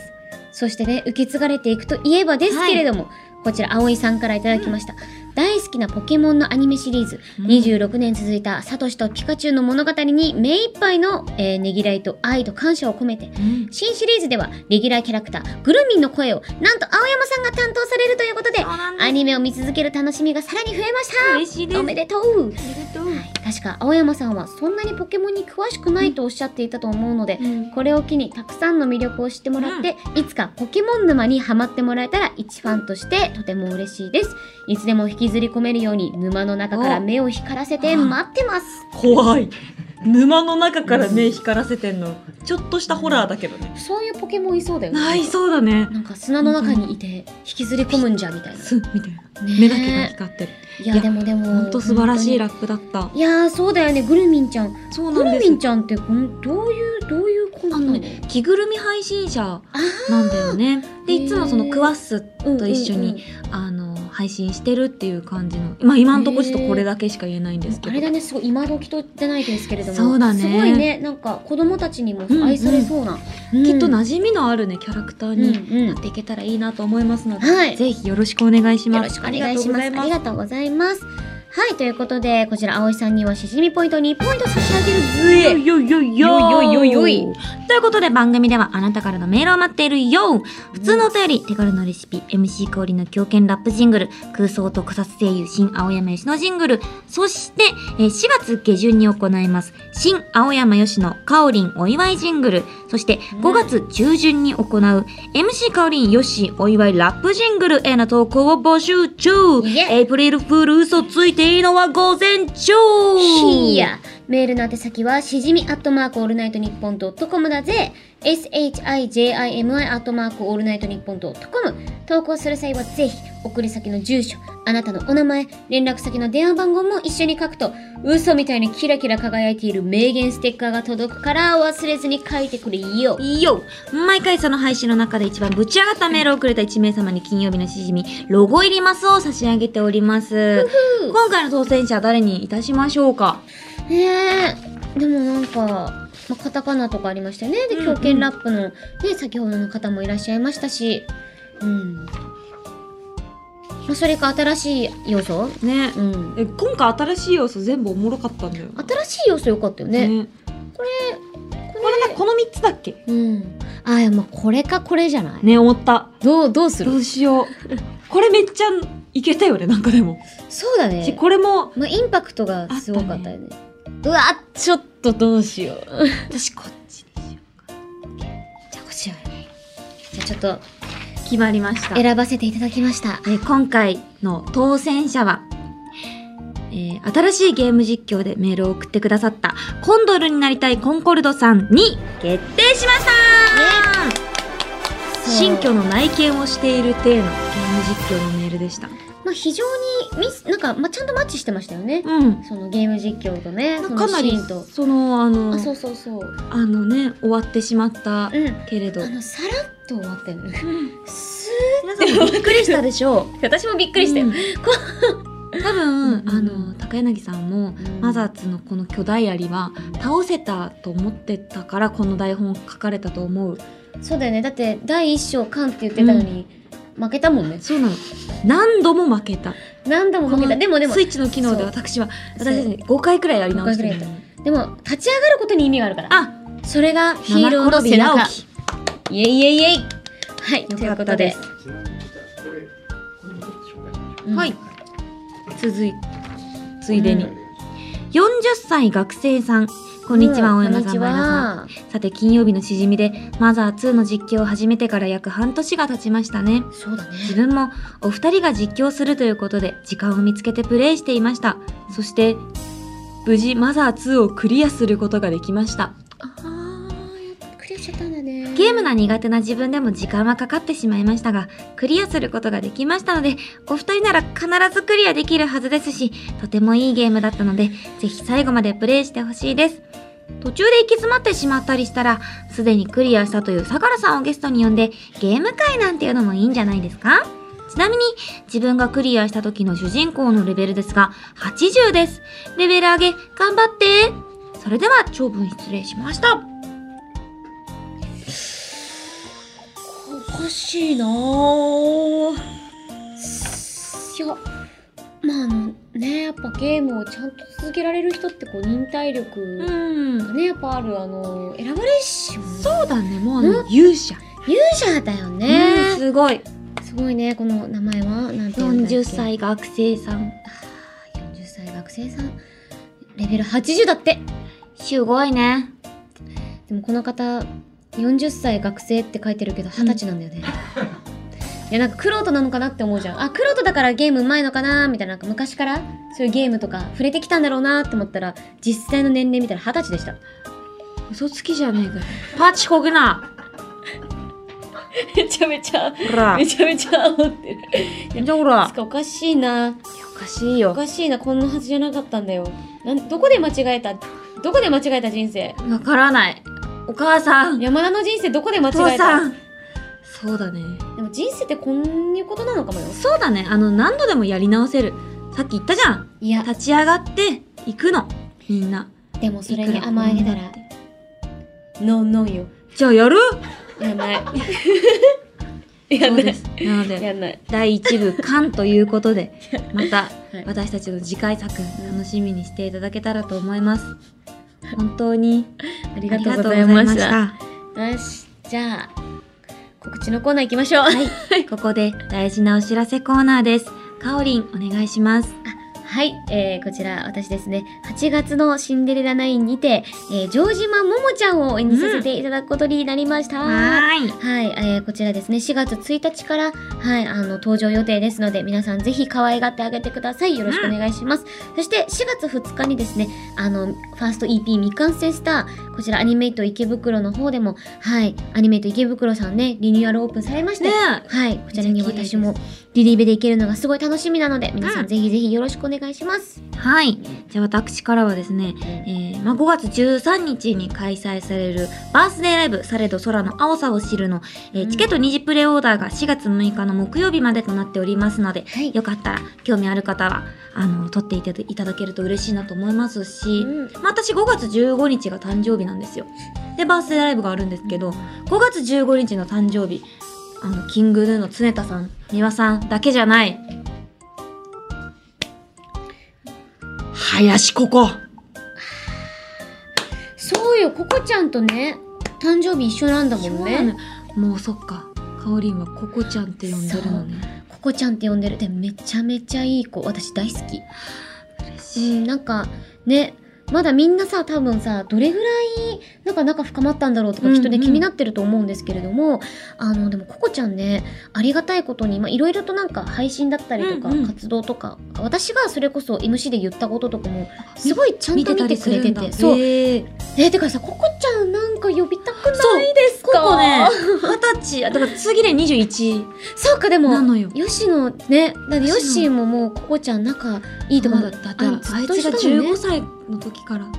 Speaker 1: そしてね、受け継がれていくといえばですけれども、こちら、葵さんからいただきました。大好きなポケモンのアニメシリーズ、26年続いたサトシとピカチュウの物語に目いっぱいの、えーねぎらいと愛と感謝を込めて、
Speaker 2: うん
Speaker 1: 新シリーズでは、レギュラーキャラクター、グルミンの声を、なんと青山さんが担当されるということで、アニメを見続ける楽しみがさらに増えました
Speaker 3: 嬉しいです
Speaker 1: おめでとう
Speaker 3: ありがとう
Speaker 1: 確か青山さんはそんなにポケモンに詳しくないとおっしゃっていたと思うので、
Speaker 3: ん
Speaker 1: これを機にたくさんの魅力を知ってもらって、いつかポケモン沼にハマってもらえたら一ファンとしてとても嬉しいですいつでも引きずり込めるように沼の中から目を光らせて待ってます
Speaker 2: 怖い。沼の中から目光らせてんの。ちょっとしたホラーだけどね。
Speaker 1: そういうポケモンいそうだよね
Speaker 2: ないそうだね。
Speaker 1: なんか砂の中にいて引きずり込むんじゃみたいな、
Speaker 2: す、みたいな。
Speaker 1: ねえ
Speaker 2: 目だけが光ってる。
Speaker 1: いや
Speaker 2: いや
Speaker 1: でもでも
Speaker 2: ほんと素晴らしい
Speaker 1: 本
Speaker 2: ラップだった
Speaker 1: 当。にいやーそうだよねぐるみんちゃん
Speaker 2: そう
Speaker 1: ぐ
Speaker 2: なん
Speaker 1: る
Speaker 2: で
Speaker 1: み
Speaker 2: す
Speaker 1: ん。ちゃんってこのどういうどういう子な
Speaker 2: あの
Speaker 1: の
Speaker 2: ね着ぐるみ配信者
Speaker 1: あ
Speaker 2: なんだよね。で、
Speaker 1: へー
Speaker 2: いつもそのクワッス、
Speaker 1: ー
Speaker 2: と一緒に
Speaker 1: うんうんうん
Speaker 2: あの、配信してるっていう感じの。まあ今んとこちょっとこれだけしか言えないんですけ
Speaker 1: あ
Speaker 2: ど
Speaker 1: れ。だねすごい今時とじゃないですけれども
Speaker 2: そうだね
Speaker 1: すごいねなんか子供たちにも
Speaker 2: うん
Speaker 1: 愛されそうな、
Speaker 2: きっと
Speaker 1: な
Speaker 2: 馴染みのあるね、キャラクター
Speaker 1: うんう
Speaker 2: に
Speaker 1: ん
Speaker 2: なっていけたらいいなと思いますので、
Speaker 1: はい
Speaker 2: ぜひよろしくお願いし
Speaker 1: よ
Speaker 2: ま
Speaker 1: ろ
Speaker 2: す。
Speaker 1: しくお願いします
Speaker 2: あり
Speaker 1: あ
Speaker 2: がとうござい
Speaker 1: りがとうございますはいということでこちら葵さんにはしじみポイント2ポイント差し上げるぜ
Speaker 2: よいよ
Speaker 1: よい
Speaker 2: い
Speaker 1: よいよいよ
Speaker 2: ということで番組ではあなたからのメールを待っているよ普通のお便り、手軽のレシピ、MC 香りの狂犬ラップジングル、空想特撮声優新青山吉野ジングル、そして、えー4月下旬に行います、新青山吉野かおりんお祝いジングル、そして5月中旬に行う MC かおりんよしお祝いラップジングルへの投稿を募集中
Speaker 1: イエ
Speaker 2: エイプリルフール嘘ついていいのは午前中
Speaker 1: ひいやメールの宛先はしじみアットマークオールナイトニッポンドットコムだぜ SHIJIMI アットマークオールナイトニッポンドットコム投稿する際はぜひ送り先の住所あなたのお名前連絡先の電話番号も一緒に書くと嘘みたいにキラキラ輝いている名言ステッカーが届くから忘れずに書いてくれよ
Speaker 2: いいよ毎回その配信の中で一番ぶち上がったメールをくれた1名様に金曜日のしじみロゴ入りますを差し上げております今回の当選者は誰にいたしましょうか
Speaker 1: ねえでもなんか、まあ、カタカナとかありましたよねで狂犬ラップの、ね先ほどの方もいらっしゃいましたしうん、まあ、それか新しい要素
Speaker 2: ね
Speaker 1: うん
Speaker 2: え今回新しい要素全部おもろかったんだよ
Speaker 1: 新しい要素良かったよね
Speaker 2: これこれだここの3つだっけ
Speaker 1: うん。あ、いや、まあ、これかこれじゃない
Speaker 2: ね、思った。
Speaker 1: どう、どうす
Speaker 2: ど
Speaker 1: る
Speaker 2: うしよう。これめっちゃいけたよね、なんかでも。
Speaker 1: そうだね
Speaker 2: し。これも、
Speaker 1: まあ、インパクトがすごかったよね。うわ、ちょっとどうしよう。
Speaker 2: 私こっちにしよ
Speaker 1: じゃあ、こちらね。じゃあ、ちょっと
Speaker 2: う。決まりました。
Speaker 1: 選ばせていただきました。
Speaker 2: えー今回の当選者は、えー新しいゲーム実況でメールを送ってくださったコンドルになりたいコンコルドさんに決定しました新居の内見をしている体のゲーム実況のメールでした。
Speaker 1: まあ、非常にミス、なんか、まあ、ちゃんとマッチしてましたよね。
Speaker 2: うん。
Speaker 1: そのゲーム実況とね、そ
Speaker 2: か
Speaker 1: の
Speaker 2: な
Speaker 1: シ
Speaker 2: り
Speaker 1: ーンと。
Speaker 2: そのあの
Speaker 1: あ、そうそうそう。
Speaker 2: あのね終わってしまった
Speaker 1: うん。
Speaker 2: けれど
Speaker 1: あの、さらっと終わったよね。す
Speaker 2: 皆さんもびっくりしたでしょう。
Speaker 1: ー私もびっくりしたよ。
Speaker 2: うん多分あの高柳さんもマザーズのこの巨大アリは倒せたと思ってたからこの台本を書かれたと思う
Speaker 1: そうだよね。だって、第一章、カンって言ってたのに、負けたもんね。
Speaker 2: そうなの何度も負けた
Speaker 1: 何度も負け
Speaker 2: こ
Speaker 1: た。
Speaker 2: の
Speaker 1: でも、でも
Speaker 2: ス、イッチの機能で
Speaker 1: そう
Speaker 2: 私は
Speaker 1: そう
Speaker 2: 私たち5回くらいやり直してる
Speaker 1: 五回くらでも、立ち上がることに意味があるから。
Speaker 2: あ
Speaker 1: それがヒーロー
Speaker 2: 七
Speaker 1: の
Speaker 2: 転
Speaker 1: 背
Speaker 2: び直
Speaker 1: 中。
Speaker 2: き
Speaker 1: イエイイエイイエイはい、とい
Speaker 2: よ
Speaker 1: う
Speaker 2: か
Speaker 1: こ
Speaker 2: った
Speaker 1: と
Speaker 2: で
Speaker 1: で。
Speaker 2: す
Speaker 8: ちなみにじゃあこれこれも紹介しましょ
Speaker 1: うん
Speaker 2: はい。続いついでに、
Speaker 1: う
Speaker 2: 40歳学生さんこんにちは、
Speaker 1: うん
Speaker 2: 大山さん前田さん
Speaker 1: こんにち
Speaker 2: さて金曜日のしじみでマザー2の実況を始めてから約半年が経ちましたね
Speaker 1: は。そうだね。
Speaker 2: 自分もお二人が実況するということで時間を見つけてプレイしていましたそして無事マザー2をクリアすることができました
Speaker 1: ああ、クリアしちゃったんだね。
Speaker 2: ゲームが苦手な自分でも時間はかかってしまいましたがクリアすることができましたのでお二人なら必ずクリアできるはずですしとてもいいゲームだったのでぜひ最後までプレイしてほしいです途中で行き詰まってしまったりしたらすでにクリアしたという相良さんをゲストに呼んでゲーム会なんていうのもいいんじゃないですかちなみに自分がクリアした時の主人公のレベルですが80ですレベル上げ頑張ってそれでは長文失礼しました
Speaker 1: おかしいなぁ。いや、まああのね、やっぱゲームをちゃんと続けられる人ってこう忍耐
Speaker 2: う
Speaker 1: 力
Speaker 2: ん
Speaker 1: がね、やっぱある、あの、選ばれし者。
Speaker 2: そうだね、もうあの勇者。
Speaker 1: 勇者だよね、
Speaker 2: すごい。
Speaker 1: すごいね、この名前は。なんて言うんだっけ
Speaker 2: 40。歳学生さん。
Speaker 1: 40歳学生さん。レベル80だって。
Speaker 2: すごいね。
Speaker 1: でもこの方40歳学生って書いてるけど二十歳なんだよね、 いやなんかクロートなのかなって思うじゃんあクロートだからゲームうまいのかなみたいななんか昔からそういうゲームとか触れてきたんだろうなって思ったら実際の年齢みたいな二十歳でした
Speaker 2: 嘘つきじゃねえかよ。パチコグな。
Speaker 1: めちゃめちゃ
Speaker 2: ほら。
Speaker 1: ちゃめちゃ思ってる
Speaker 2: じゃあほら。
Speaker 1: おかしいな
Speaker 2: おかしい
Speaker 1: お
Speaker 2: よ。
Speaker 1: かしいなこんなはずじゃなかったんだよなんどこで間違えたどこで間違えた人生
Speaker 2: わからない。お母さん。
Speaker 1: 山田の人生どこで間
Speaker 2: お父
Speaker 1: 違え
Speaker 2: さ
Speaker 1: た
Speaker 2: ん。そうだね。
Speaker 1: でも人生ってこんなことなのかもよ
Speaker 2: そうだね。あの、何度でもやり直せる。さっき言ったじゃん。
Speaker 1: いや
Speaker 2: 立ち上がって、行くの。みんな。
Speaker 1: でもそれに甘えてたらノンノンよ
Speaker 2: じゃあやる
Speaker 1: やんない。
Speaker 2: そ
Speaker 1: や
Speaker 2: うん
Speaker 1: な
Speaker 2: で
Speaker 1: い
Speaker 2: す。。なので。
Speaker 1: やんない。
Speaker 2: 第1部「完」ということ でまた
Speaker 1: い
Speaker 2: 私たちの次回作楽しみにしていただけたらと思います本当に
Speaker 1: あ
Speaker 2: あ
Speaker 1: り
Speaker 2: りがとうございまし。た
Speaker 1: よし、じゃあ、告知のコーナー行きましょう。はい。
Speaker 2: ここで大事なお知らせコーナーですかおりんお願いします
Speaker 1: えーこちら私ですね8月の「シンデレラ9」にて、えー、城島ももちゃんを演じさせていただくことになりました、
Speaker 2: はい
Speaker 1: はい、えーこちらですね、4月1日から、はい、あの、登場予定ですので、皆さんぜひ可愛がってあげてください。よろしくお願いします。そして、4月2日にですね、あの、ファースト EP 未完成スター、こちらアニメイト池袋の方でも、はい、アニメイト池袋さんね、リニューアルオープンされまして、
Speaker 2: ね
Speaker 1: はい、こちらに
Speaker 2: めっちゃ綺麗です
Speaker 1: 私もリリーベで行けるのがすごい楽しみなので、皆さんぜひぜひよろしくお願いします。
Speaker 2: はいじゃあ私からはですね、えーまあ、5月13日に開催されるバースデーライブ「されど空の青さを知るの」えーチケット2次プレオーダーが4月6日の木曜日までとなっておりますので
Speaker 1: はい。
Speaker 2: よかったら興味ある方はあの撮っていただいただけると嬉しいなと思いますし、
Speaker 1: うん
Speaker 2: まあ、私5月15日が誕生日なんですよでバースデーライブがあるんですけど5月15日の誕生日あのキングヌーの常田さん美輪さんだけじゃない林ここ
Speaker 1: そうよ、ココちゃんとね、誕生日一緒なんだもん
Speaker 2: そうなの
Speaker 1: ね
Speaker 2: よもうそっかかおりんはココちゃんって呼んでるのね
Speaker 1: ここちゃんって呼んでるでめちゃめちゃいい子私大好き
Speaker 2: 嬉
Speaker 1: う
Speaker 2: しい
Speaker 1: ん、なんかねまだみんなさ多分さどれぐらいなんか仲深まったんだろうとか
Speaker 2: うんう
Speaker 1: き
Speaker 2: ん
Speaker 1: っとね、気になってると思うんですけれどもあのでもココちゃんねありがたいことにまあいろいろとなんか配信だったりとか、
Speaker 2: うんうん
Speaker 1: 活動とか私がそれこそ MC で言ったこととかもすごいちゃん
Speaker 2: 見
Speaker 1: と
Speaker 2: てた
Speaker 1: 見て
Speaker 2: り
Speaker 1: く
Speaker 2: す
Speaker 1: れ
Speaker 2: る
Speaker 1: て
Speaker 2: んだ
Speaker 1: てそう
Speaker 2: へー
Speaker 1: えてかさココちゃんなんか呼びたく
Speaker 2: そう
Speaker 1: ないですか
Speaker 2: ここね二十歳あだから次で21
Speaker 1: そうかでも
Speaker 2: なのよ
Speaker 1: ヨシのねだってヨシももうココちゃん仲いいと
Speaker 2: ま
Speaker 1: 思
Speaker 2: だ
Speaker 1: う
Speaker 2: だって
Speaker 1: あ
Speaker 2: あ
Speaker 1: のずっ
Speaker 2: い
Speaker 1: と
Speaker 2: つ
Speaker 1: 一緒
Speaker 2: が
Speaker 1: だもんね
Speaker 2: 15歳の時から
Speaker 1: あ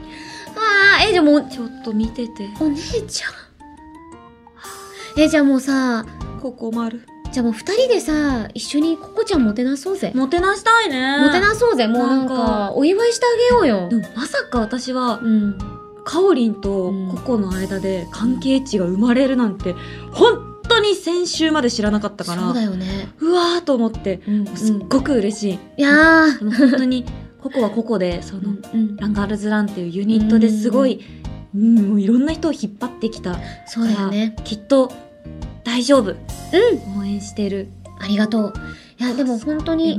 Speaker 1: ーえじゃあもう
Speaker 2: ちょっと見てて
Speaker 1: お姉ちゃん。え、じゃあもうさ、
Speaker 2: ここもある
Speaker 1: じゃあもう二人でさ、一緒にココちゃんもてなそうぜ。
Speaker 2: もてなしたいね
Speaker 1: もてなそうぜ。もうなん
Speaker 2: なん
Speaker 1: か、お祝いしてあげよう
Speaker 2: で
Speaker 1: よ。
Speaker 2: もまさか私は
Speaker 1: うん。
Speaker 2: かおりんとココの間で関係値が生まれるなんて本当に先週まで知らなかったから
Speaker 1: そうだよね。
Speaker 2: うわーと思って
Speaker 1: うん
Speaker 2: すっごく嬉しい、
Speaker 1: いやー。
Speaker 2: でも本当にココはココでその、
Speaker 1: うん
Speaker 2: ランガールズランっていうユニットですごい、うんもういろんな人を引っ張ってきた
Speaker 1: そうだよね。
Speaker 2: きっと大丈夫、うん、応援してる
Speaker 1: ありがとう。いや、でも本当に、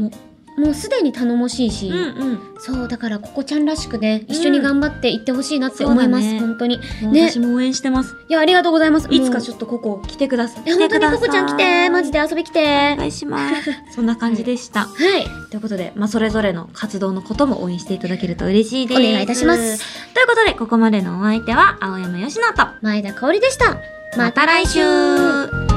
Speaker 1: もうすでに頼もしいし、
Speaker 2: うんうん
Speaker 1: そう、だからココちゃんらしくね、
Speaker 2: うん
Speaker 1: 一緒に頑張っていってほしいなって思います、
Speaker 2: そうだね
Speaker 1: 本当に。い
Speaker 2: もう
Speaker 1: ね
Speaker 2: 私も応援してます、
Speaker 1: や、ありがとうございます。
Speaker 2: いつかち
Speaker 1: ょっ
Speaker 2: ょっとココ来てください
Speaker 1: いや、本当にコ
Speaker 2: 来
Speaker 1: コ
Speaker 2: くだ
Speaker 1: ちゃ
Speaker 2: さい
Speaker 1: ん来て、マジで遊び来て
Speaker 2: お。願いします そんな感じでした、
Speaker 1: はい。
Speaker 2: ということで、まあ、それぞれの活動のことも応援していただけると嬉しいです
Speaker 1: お願いいたします
Speaker 2: ということでここまでのお相手は青山佳乃と
Speaker 1: 前田香織でした。また来週
Speaker 2: また来週